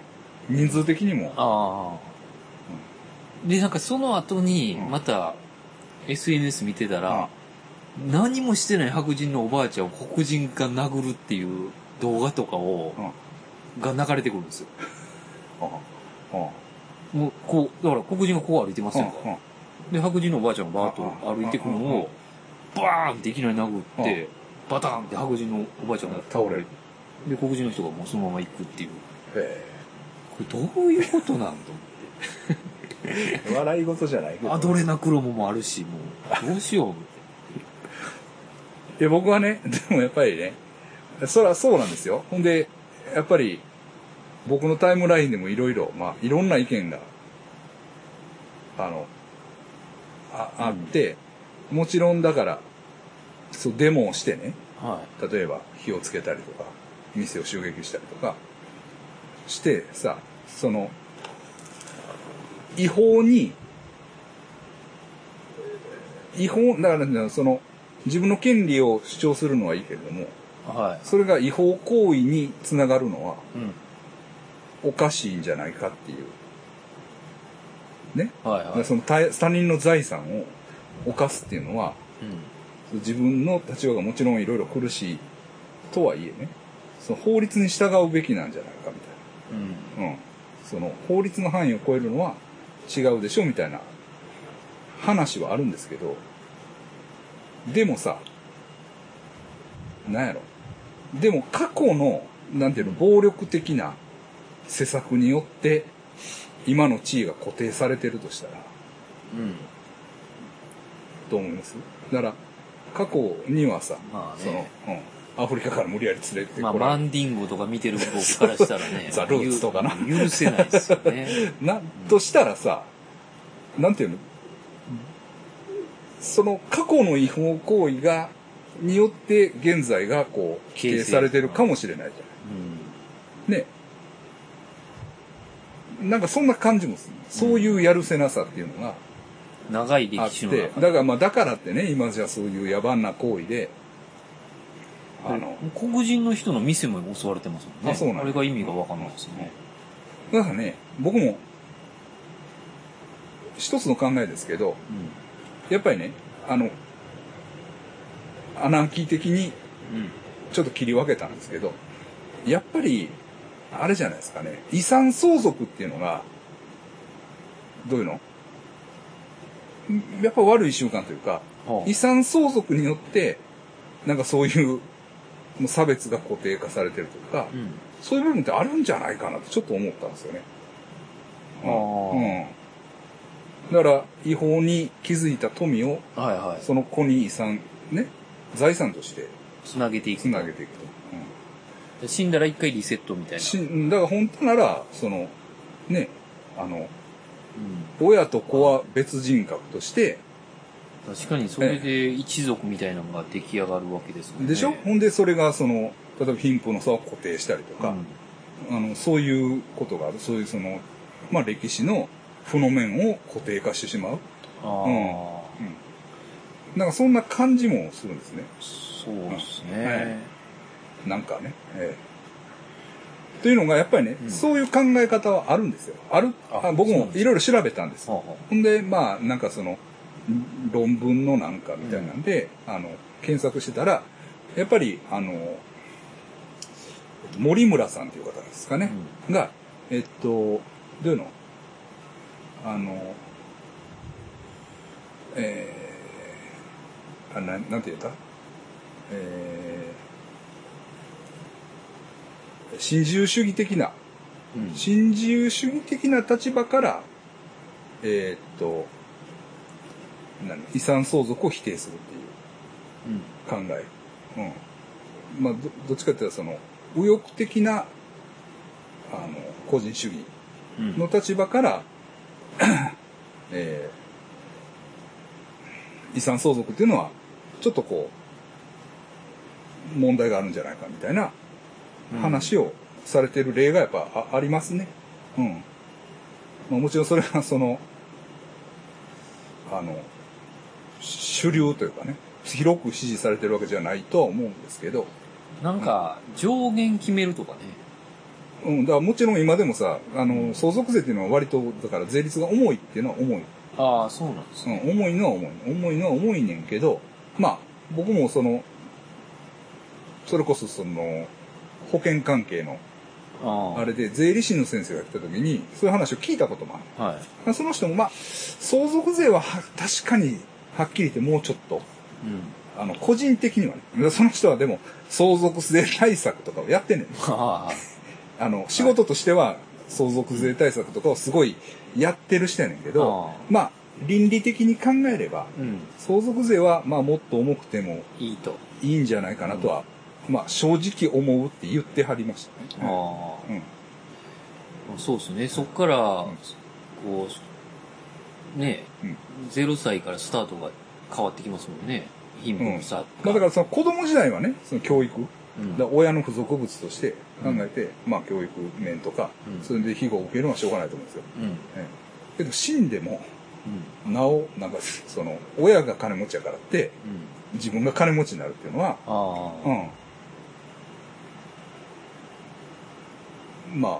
Speaker 1: 人数的にも。
Speaker 2: ああ。で、なんかその後に
Speaker 1: う、ん
Speaker 2: また、SNS 見てた
Speaker 1: うん
Speaker 2: ら、何もしてない白人のおばあちゃんを黒人が殴るっていう動画とかを
Speaker 1: う、ん。
Speaker 2: が流れてくるんですよ。
Speaker 1: うん。
Speaker 2: もう、こう、だから黒人がこう歩いてます
Speaker 1: う
Speaker 2: よ。
Speaker 1: ん。うん。
Speaker 2: で、白人のおばあちゃんがバーッと歩いてくるのを、バーンっていきなり殴って、バタンって白人のおばあちゃんが
Speaker 1: 倒れる。
Speaker 2: で、黒人の人がもうそのまま行くっていう。
Speaker 1: へ
Speaker 2: これどういうことなんと
Speaker 1: え。笑い事じゃ ないけ
Speaker 2: 思
Speaker 1: ど。
Speaker 2: って。アドレナクロムもあるし、もう、どうしようっ
Speaker 1: い
Speaker 2: て。
Speaker 1: や、僕はね、 でもやっぱりね、そらそうなんですよ。ほんで、やっぱり、僕のタイムラインでもいろいろ、まあ、いろんな意見が、あの、ああって、もちろんだから、そう、デモをしてね、
Speaker 2: は
Speaker 1: 例えば火をつけたりとか、店を襲撃したりとか、してさ、その、違法に、違法、だから、その、自分の権利を主張するのはいいけれども、
Speaker 2: い。は。
Speaker 1: それが違法行為につながるのはい
Speaker 2: うん。
Speaker 1: おかしいんじゃないかっていう。ね。
Speaker 2: はい
Speaker 1: だ
Speaker 2: は
Speaker 1: か
Speaker 2: い。
Speaker 1: らその他他人の財産を犯すっていうのは、
Speaker 2: う
Speaker 1: 自分の立場がもちろんいろいろ苦しいとはいえね、その法律に従うべきなんじゃないかみ
Speaker 2: ん。
Speaker 1: たい
Speaker 2: うん。
Speaker 1: な。うん。その法律の範囲を超えるのは違うでしょみたいな話はあるんですけど、でもさ、なんやろ。でも過去の、なんていうの、暴力的な施策によって、今の地位が固定されてるとしたら、
Speaker 2: うん。
Speaker 1: と思いますだから過去にはさ、
Speaker 2: まあ
Speaker 1: その
Speaker 2: ね、
Speaker 1: うん、アフリカから無理やり連れて
Speaker 2: まあ、
Speaker 1: こ
Speaker 2: マ
Speaker 1: られる、、
Speaker 2: ンディンゴとか見てる僕からしたら ね
Speaker 1: ザルーツとかな
Speaker 2: ゆ許せないですよね。
Speaker 1: なんとしたらさなんていうのその過去の違法行為がによって現在がこう規定されてるかもしれないじ
Speaker 2: うん。
Speaker 1: ゃんねなんかそんな感じもするそういうやるせなさっていうのが、
Speaker 2: 長い
Speaker 1: あ
Speaker 2: 歴
Speaker 1: っ
Speaker 2: 史
Speaker 1: て
Speaker 2: の中
Speaker 1: だからまあだからってね今じゃそういう野蛮な行為であの
Speaker 2: 黒人の人の店も襲われてますもんね。
Speaker 1: あそうなんや
Speaker 2: れが意味がわかんないですよね。
Speaker 1: だからね僕も一つの考えですけど
Speaker 2: うん。
Speaker 1: やっぱりねあの、アナーキー的に
Speaker 2: うん。
Speaker 1: ちょっと切り分けたんですけど、やっぱり、あれじゃないですかね、遺産相続っていうのが、どういうのんやっぱ悪い習慣というか、
Speaker 2: はあ
Speaker 1: 遺産相続によって、なんかそういう、もう差別が固定化されてるというか、
Speaker 2: うん。
Speaker 1: そういう部分ってあるんじゃないかなとちょっと思ったんですよね。
Speaker 2: ああ
Speaker 1: うん。だから、違法に築いた富を、
Speaker 2: はいはい。
Speaker 1: その子に遺産、ね、財産として
Speaker 2: つなげていく
Speaker 1: つ。なげていくと。うん
Speaker 2: 死んだら一回リセットみたいな。
Speaker 1: しうんだから本当なら、その、ね、あの、
Speaker 2: うん
Speaker 1: 親と子は別人格として、
Speaker 2: 確かにそれで一族みたいなのが出来上がるわけですもんね。
Speaker 1: でしょ、ほんでそれがその、例えば貧富の差を固定したりと
Speaker 2: う
Speaker 1: か
Speaker 2: ん、。
Speaker 1: あの、そういうことがある。そういうその、まあ歴史の負の面を固定化してしまう。
Speaker 2: ああ、
Speaker 1: なんかそんな感じもするんですね。
Speaker 2: そうです
Speaker 1: はい
Speaker 2: ね。
Speaker 1: なんかね。ええというのがやっぱりね、
Speaker 2: うん
Speaker 1: そういう考え方はあるんですよ。ある、
Speaker 2: あ
Speaker 1: あ僕
Speaker 2: そう
Speaker 1: も
Speaker 2: なんです
Speaker 1: いろいろ調べたんです。
Speaker 2: はあは
Speaker 1: ほんで、まあ、なんかその、ん論文のなんかみたいなんで、あの、検索してたら、やっぱり、あの、森村さんという方ですかね、が、えっと、どういうのあの、えー、あななんて言ったえー、新自由主義的な
Speaker 2: あうん
Speaker 1: 新自由主義的な立場から、えーっと、何遺産相続を否定するっていう
Speaker 2: うん
Speaker 1: 考え。うん。まあ、どどっちかっていうと、その、右翼的な、あの、個人主義
Speaker 2: うん
Speaker 1: の立場から、 えー遺産相続っていうのは、ちょっとこう、問題があるんじゃないかみたいな話をされてる例がやっぱあありますね。うん。まあ、もちろんそれはその、あの、主流というかね、広く支持されてるわけじゃないとは思うんですけど、
Speaker 2: なんか、上限決めるとかね。
Speaker 1: うん、だからもちろん今でもさ、あの、相続税っていうのは割と、だから税率が重いっていうのは重い。
Speaker 2: ああ、そうなんです
Speaker 1: う
Speaker 2: ね。
Speaker 1: ん、重いのは重い。重いのは重いねんけど、まあ、僕もその、それこそその、保険関係の、
Speaker 2: ああ。
Speaker 1: あれで税理士の先生が来た時に、そういう話を聞いたこともある。
Speaker 2: はい。
Speaker 1: まあその人も、まあ、相続税はは確かに、はっきり言ってもうちょっと、
Speaker 2: うん。
Speaker 1: あの、個人的にはね、その人はでも、相続税対策とかをやってんねん。
Speaker 2: あ
Speaker 1: あの、仕事としては、相続税対策とかをすごいやってる人やねんけど、
Speaker 2: あ
Speaker 1: まあ、倫理的に考えれば、
Speaker 2: あ。うん。
Speaker 1: 相続税は、まあ、もっと重くても
Speaker 2: いいと。
Speaker 1: いいんじゃないかなとは、まあ、正直思うって言ってはりましたね。
Speaker 2: あ
Speaker 1: うん。
Speaker 2: あ。そうですね。そっから、こう、ね、
Speaker 1: うん
Speaker 2: 0歳からスタートが変わってきますもんね。貧富の差が。
Speaker 1: まあ、だから、その子供時代はね、その教育、
Speaker 2: うん、
Speaker 1: だから親の付属物として考えて、まあ教育面とか、
Speaker 2: うん
Speaker 1: それで庇護を受けるのはしょうがないと思うんですよ。
Speaker 2: うん。うん。
Speaker 1: ええけど死んでも、なお、なんかその、親が金持ちやからって、
Speaker 2: うん。
Speaker 1: 自分が金持ちになるっていうのは、
Speaker 2: ああ。
Speaker 1: うん。まあ、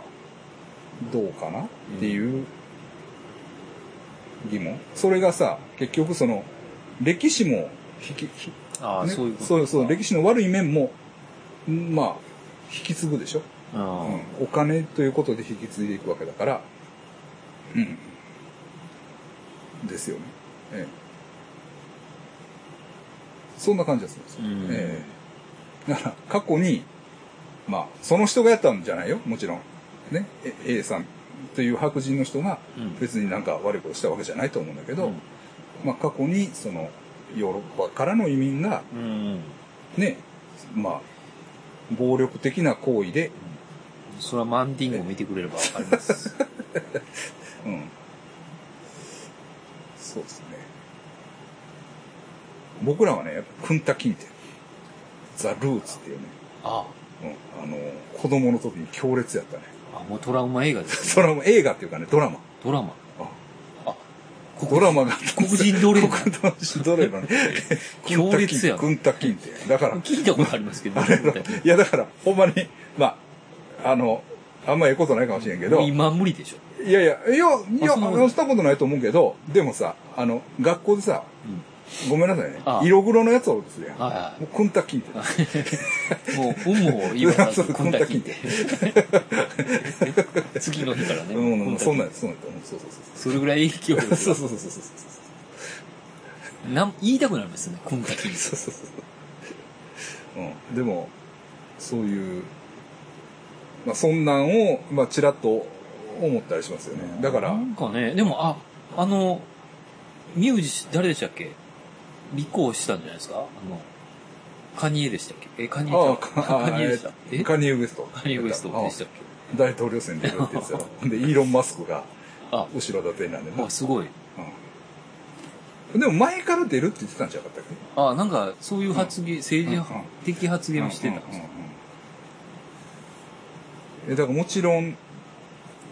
Speaker 1: どうかなっていう疑問。それがさ、結局その、歴史も引き、ひ
Speaker 2: ああ、
Speaker 1: ね
Speaker 2: そういうこと。
Speaker 1: そうそう、歴
Speaker 2: 史。
Speaker 1: 史の悪い面も、んまあ、引き継ぐでしょ。
Speaker 2: ああ。
Speaker 1: うん、お金ということで引き継いでいくわけだから、うん。ですよね。ええ、そんな感じがするんですよ。
Speaker 2: うん
Speaker 1: ええ、だから、過去に、まあ、その人がやったんじゃないよ、もちろん。ね、え A さんという白人の人が
Speaker 2: うん
Speaker 1: 別になんか悪いことしたわけじゃないと思うんだけど、
Speaker 2: うん
Speaker 1: まあ、過去に、その、ヨーロッパからの移民が、
Speaker 2: うん。
Speaker 1: ね、まあ、暴力的な行為で、
Speaker 2: それはマンディングを見てくれればわかります。
Speaker 1: うん。そうですね。僕らはね、やっぱ、クンタキンテン。ザ・ルーツっていうね、
Speaker 2: あ
Speaker 1: うん、あの、子供の時に強烈やったね。
Speaker 2: あ。あ、もうトラウマ映画です。
Speaker 1: それはもう映画っていうかね、ドラマ。
Speaker 2: ドラマ。
Speaker 1: あ
Speaker 2: あ、
Speaker 1: ドラマが、
Speaker 2: 黒人奴隷
Speaker 1: 黒人奴隷のね、
Speaker 2: 強烈やな
Speaker 1: クンタキンテン。だ から、
Speaker 2: 聞いたことありますけど、
Speaker 1: あれだいやだから、ほんまに、まあ、あの、あんまええことないかもしれんけど、
Speaker 2: 今無理でしょ。
Speaker 1: いやいや、いや、いや、
Speaker 2: あそんなことない
Speaker 1: したことないと思うけど、でもさ、あの、学校でさ、
Speaker 2: うん。
Speaker 1: ごめんなさいね
Speaker 2: あ。あ
Speaker 1: 色黒のやつはですね。も
Speaker 2: はいはいう
Speaker 1: くんたきんて。
Speaker 2: もう、運も言わさず、
Speaker 1: そう
Speaker 2: こんだけって
Speaker 1: こ。
Speaker 2: 次の日からね。
Speaker 1: うんうん、
Speaker 2: こ
Speaker 1: そん
Speaker 2: だ
Speaker 1: なん
Speaker 2: け
Speaker 1: です、そんなんです。そうそうそ
Speaker 2: それぐらい影響力
Speaker 1: う。
Speaker 2: が
Speaker 1: そうそうそうそうそうそう。
Speaker 2: なん言いたくなりますね、こんだけ。
Speaker 1: そうそうそう。うん。でも、そういう、まあそんなんを、まあちらっと思ったりしますよね。だから、
Speaker 2: なんかね、でも、あ、あの、ミュージシャン、誰でしたっけ立候補したんじゃないですかあの、カニエでしたっけえ、カニエちゃん
Speaker 1: ああ、
Speaker 2: カニエでした。
Speaker 1: え
Speaker 2: え
Speaker 1: カニエウエスト。
Speaker 2: カニエウエストでしたっ
Speaker 1: うん大統領選出るって言ってたよ。で、イーロン・マスクが
Speaker 2: けあ、
Speaker 1: 後ろ盾になんで
Speaker 2: あ、すごい。
Speaker 1: うんでも前から出るって言ってたんじゃなかったっけ
Speaker 2: あ、なんか、そういう発言、政治
Speaker 1: うんうん
Speaker 2: 的発言をしてたんですよ。
Speaker 1: えだからもちろん、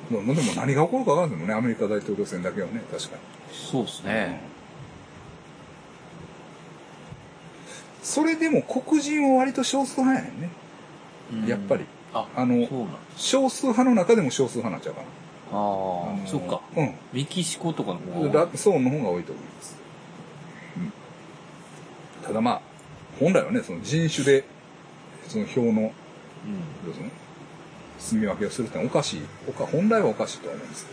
Speaker 1: まあでも何が起こるかわかんないもんね、アメリカ大統領選だけはね、確かに。
Speaker 2: そうですね。
Speaker 1: それでも黒人は割と少数派やねんね。
Speaker 2: うん
Speaker 1: やっぱり。
Speaker 2: あ、
Speaker 1: あの
Speaker 2: そうなん
Speaker 1: 少数派の中でも少数派なんちゃうかな。
Speaker 2: あ
Speaker 1: あ
Speaker 2: あ、
Speaker 1: の
Speaker 2: そっか。。
Speaker 1: う
Speaker 2: メキシコとかの方
Speaker 1: ん。
Speaker 2: が
Speaker 1: ラそうの方が多いと思います。うん、ただまあ、本来はね、その人種で、その票の、
Speaker 2: うん
Speaker 1: 要するに、住み分けをするってのはおかしい。おか本来はおかしいとは思うんですけ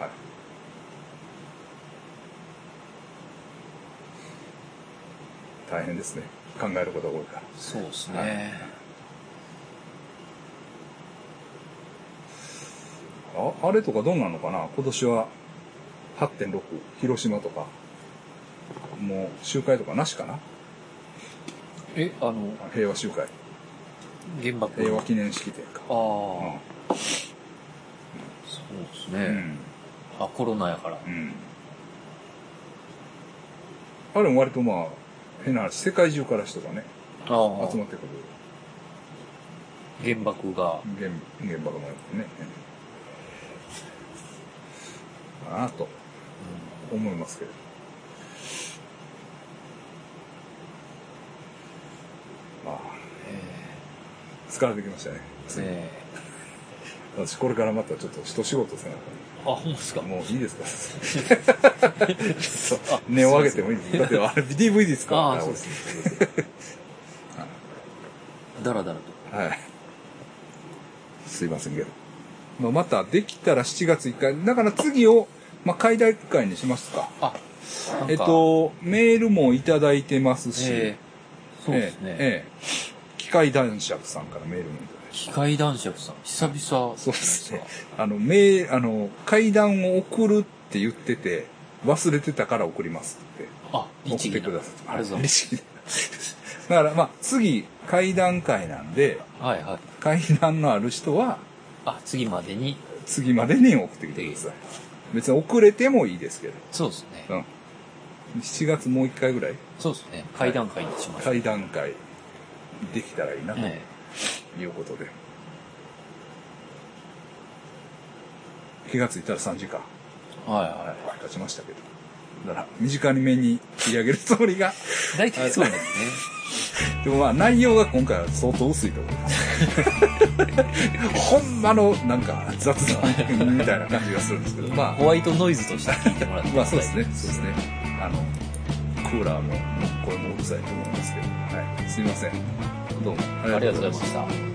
Speaker 1: ど。はい。大変ですね。考えることが多いから。
Speaker 2: そうですね、
Speaker 1: はいああれとかどうなのかな今年は8.6広島とかもう集会とかなしかな
Speaker 2: えあの
Speaker 1: 平和集会
Speaker 2: 原爆
Speaker 1: 平和記念式典か
Speaker 2: ああ、
Speaker 1: うん
Speaker 2: そうです
Speaker 1: う
Speaker 2: ね、
Speaker 1: ん
Speaker 2: あコロナやから
Speaker 1: うんあれも割とまあ変な話世界中から人がね
Speaker 2: ああ
Speaker 1: 集まってくる
Speaker 2: 原爆が
Speaker 1: 原原爆のやつねかなと思いますけれどまあ疲れてきましたね。
Speaker 2: え
Speaker 1: 私、これからまたちょっと一仕事せなあ
Speaker 2: えあほんまですか
Speaker 1: かんもういいですか そう値を上げてもいいです。だって、あれ DVD ですから。。
Speaker 2: ああそうですだらだらと
Speaker 1: はい。すいませんけど。まあ、また、できたら7月1回。だから次を、まあ、解体会にしますか。
Speaker 2: あなんか
Speaker 1: えっと、メールもいただいてますし、
Speaker 2: ええそうですね、
Speaker 1: ええええ機械男爵さんからメールもいただいて
Speaker 2: 機械男爵さん久々じゃない
Speaker 1: そう
Speaker 2: で
Speaker 1: ですす
Speaker 2: か
Speaker 1: ね。あの、めあの、階段を送るって言ってて、忘れてたから送りますって。
Speaker 2: あ
Speaker 1: 送っ
Speaker 2: 律
Speaker 1: て
Speaker 2: 儀な
Speaker 1: ください。
Speaker 2: ありがとうございます
Speaker 1: す。だから、まあ、次、階段会なんで、
Speaker 2: はいはい
Speaker 1: 階段のある人は、
Speaker 2: あ次までに
Speaker 1: 次までに送ってきてください。別に遅れてもいいですけど。
Speaker 2: そうですね、
Speaker 1: うん。7月もう一回ぐらい、
Speaker 2: そうですね階段階にしましょう、
Speaker 1: 階段会できたらいいなと
Speaker 2: え
Speaker 1: いうことで。気がついたら3時間。
Speaker 2: えはいは
Speaker 1: 立ちましたけど。だから、短めに切り上げるつもりが。
Speaker 2: い大体そうなんですね
Speaker 1: でもまあ、内容が今回は相当薄いと思います。 ほんまの、なんか、雑談みたいな感じがするんですけど、ま
Speaker 2: ホワイトノイズとして聞いてもらって
Speaker 1: あ、
Speaker 2: く
Speaker 1: ま
Speaker 2: だ
Speaker 1: あ
Speaker 2: さい
Speaker 1: そうですね、そうですね。あの、クーラーも、これもうるさいと思いますけど、はい。すいません。どうも。
Speaker 2: ありがとうございました。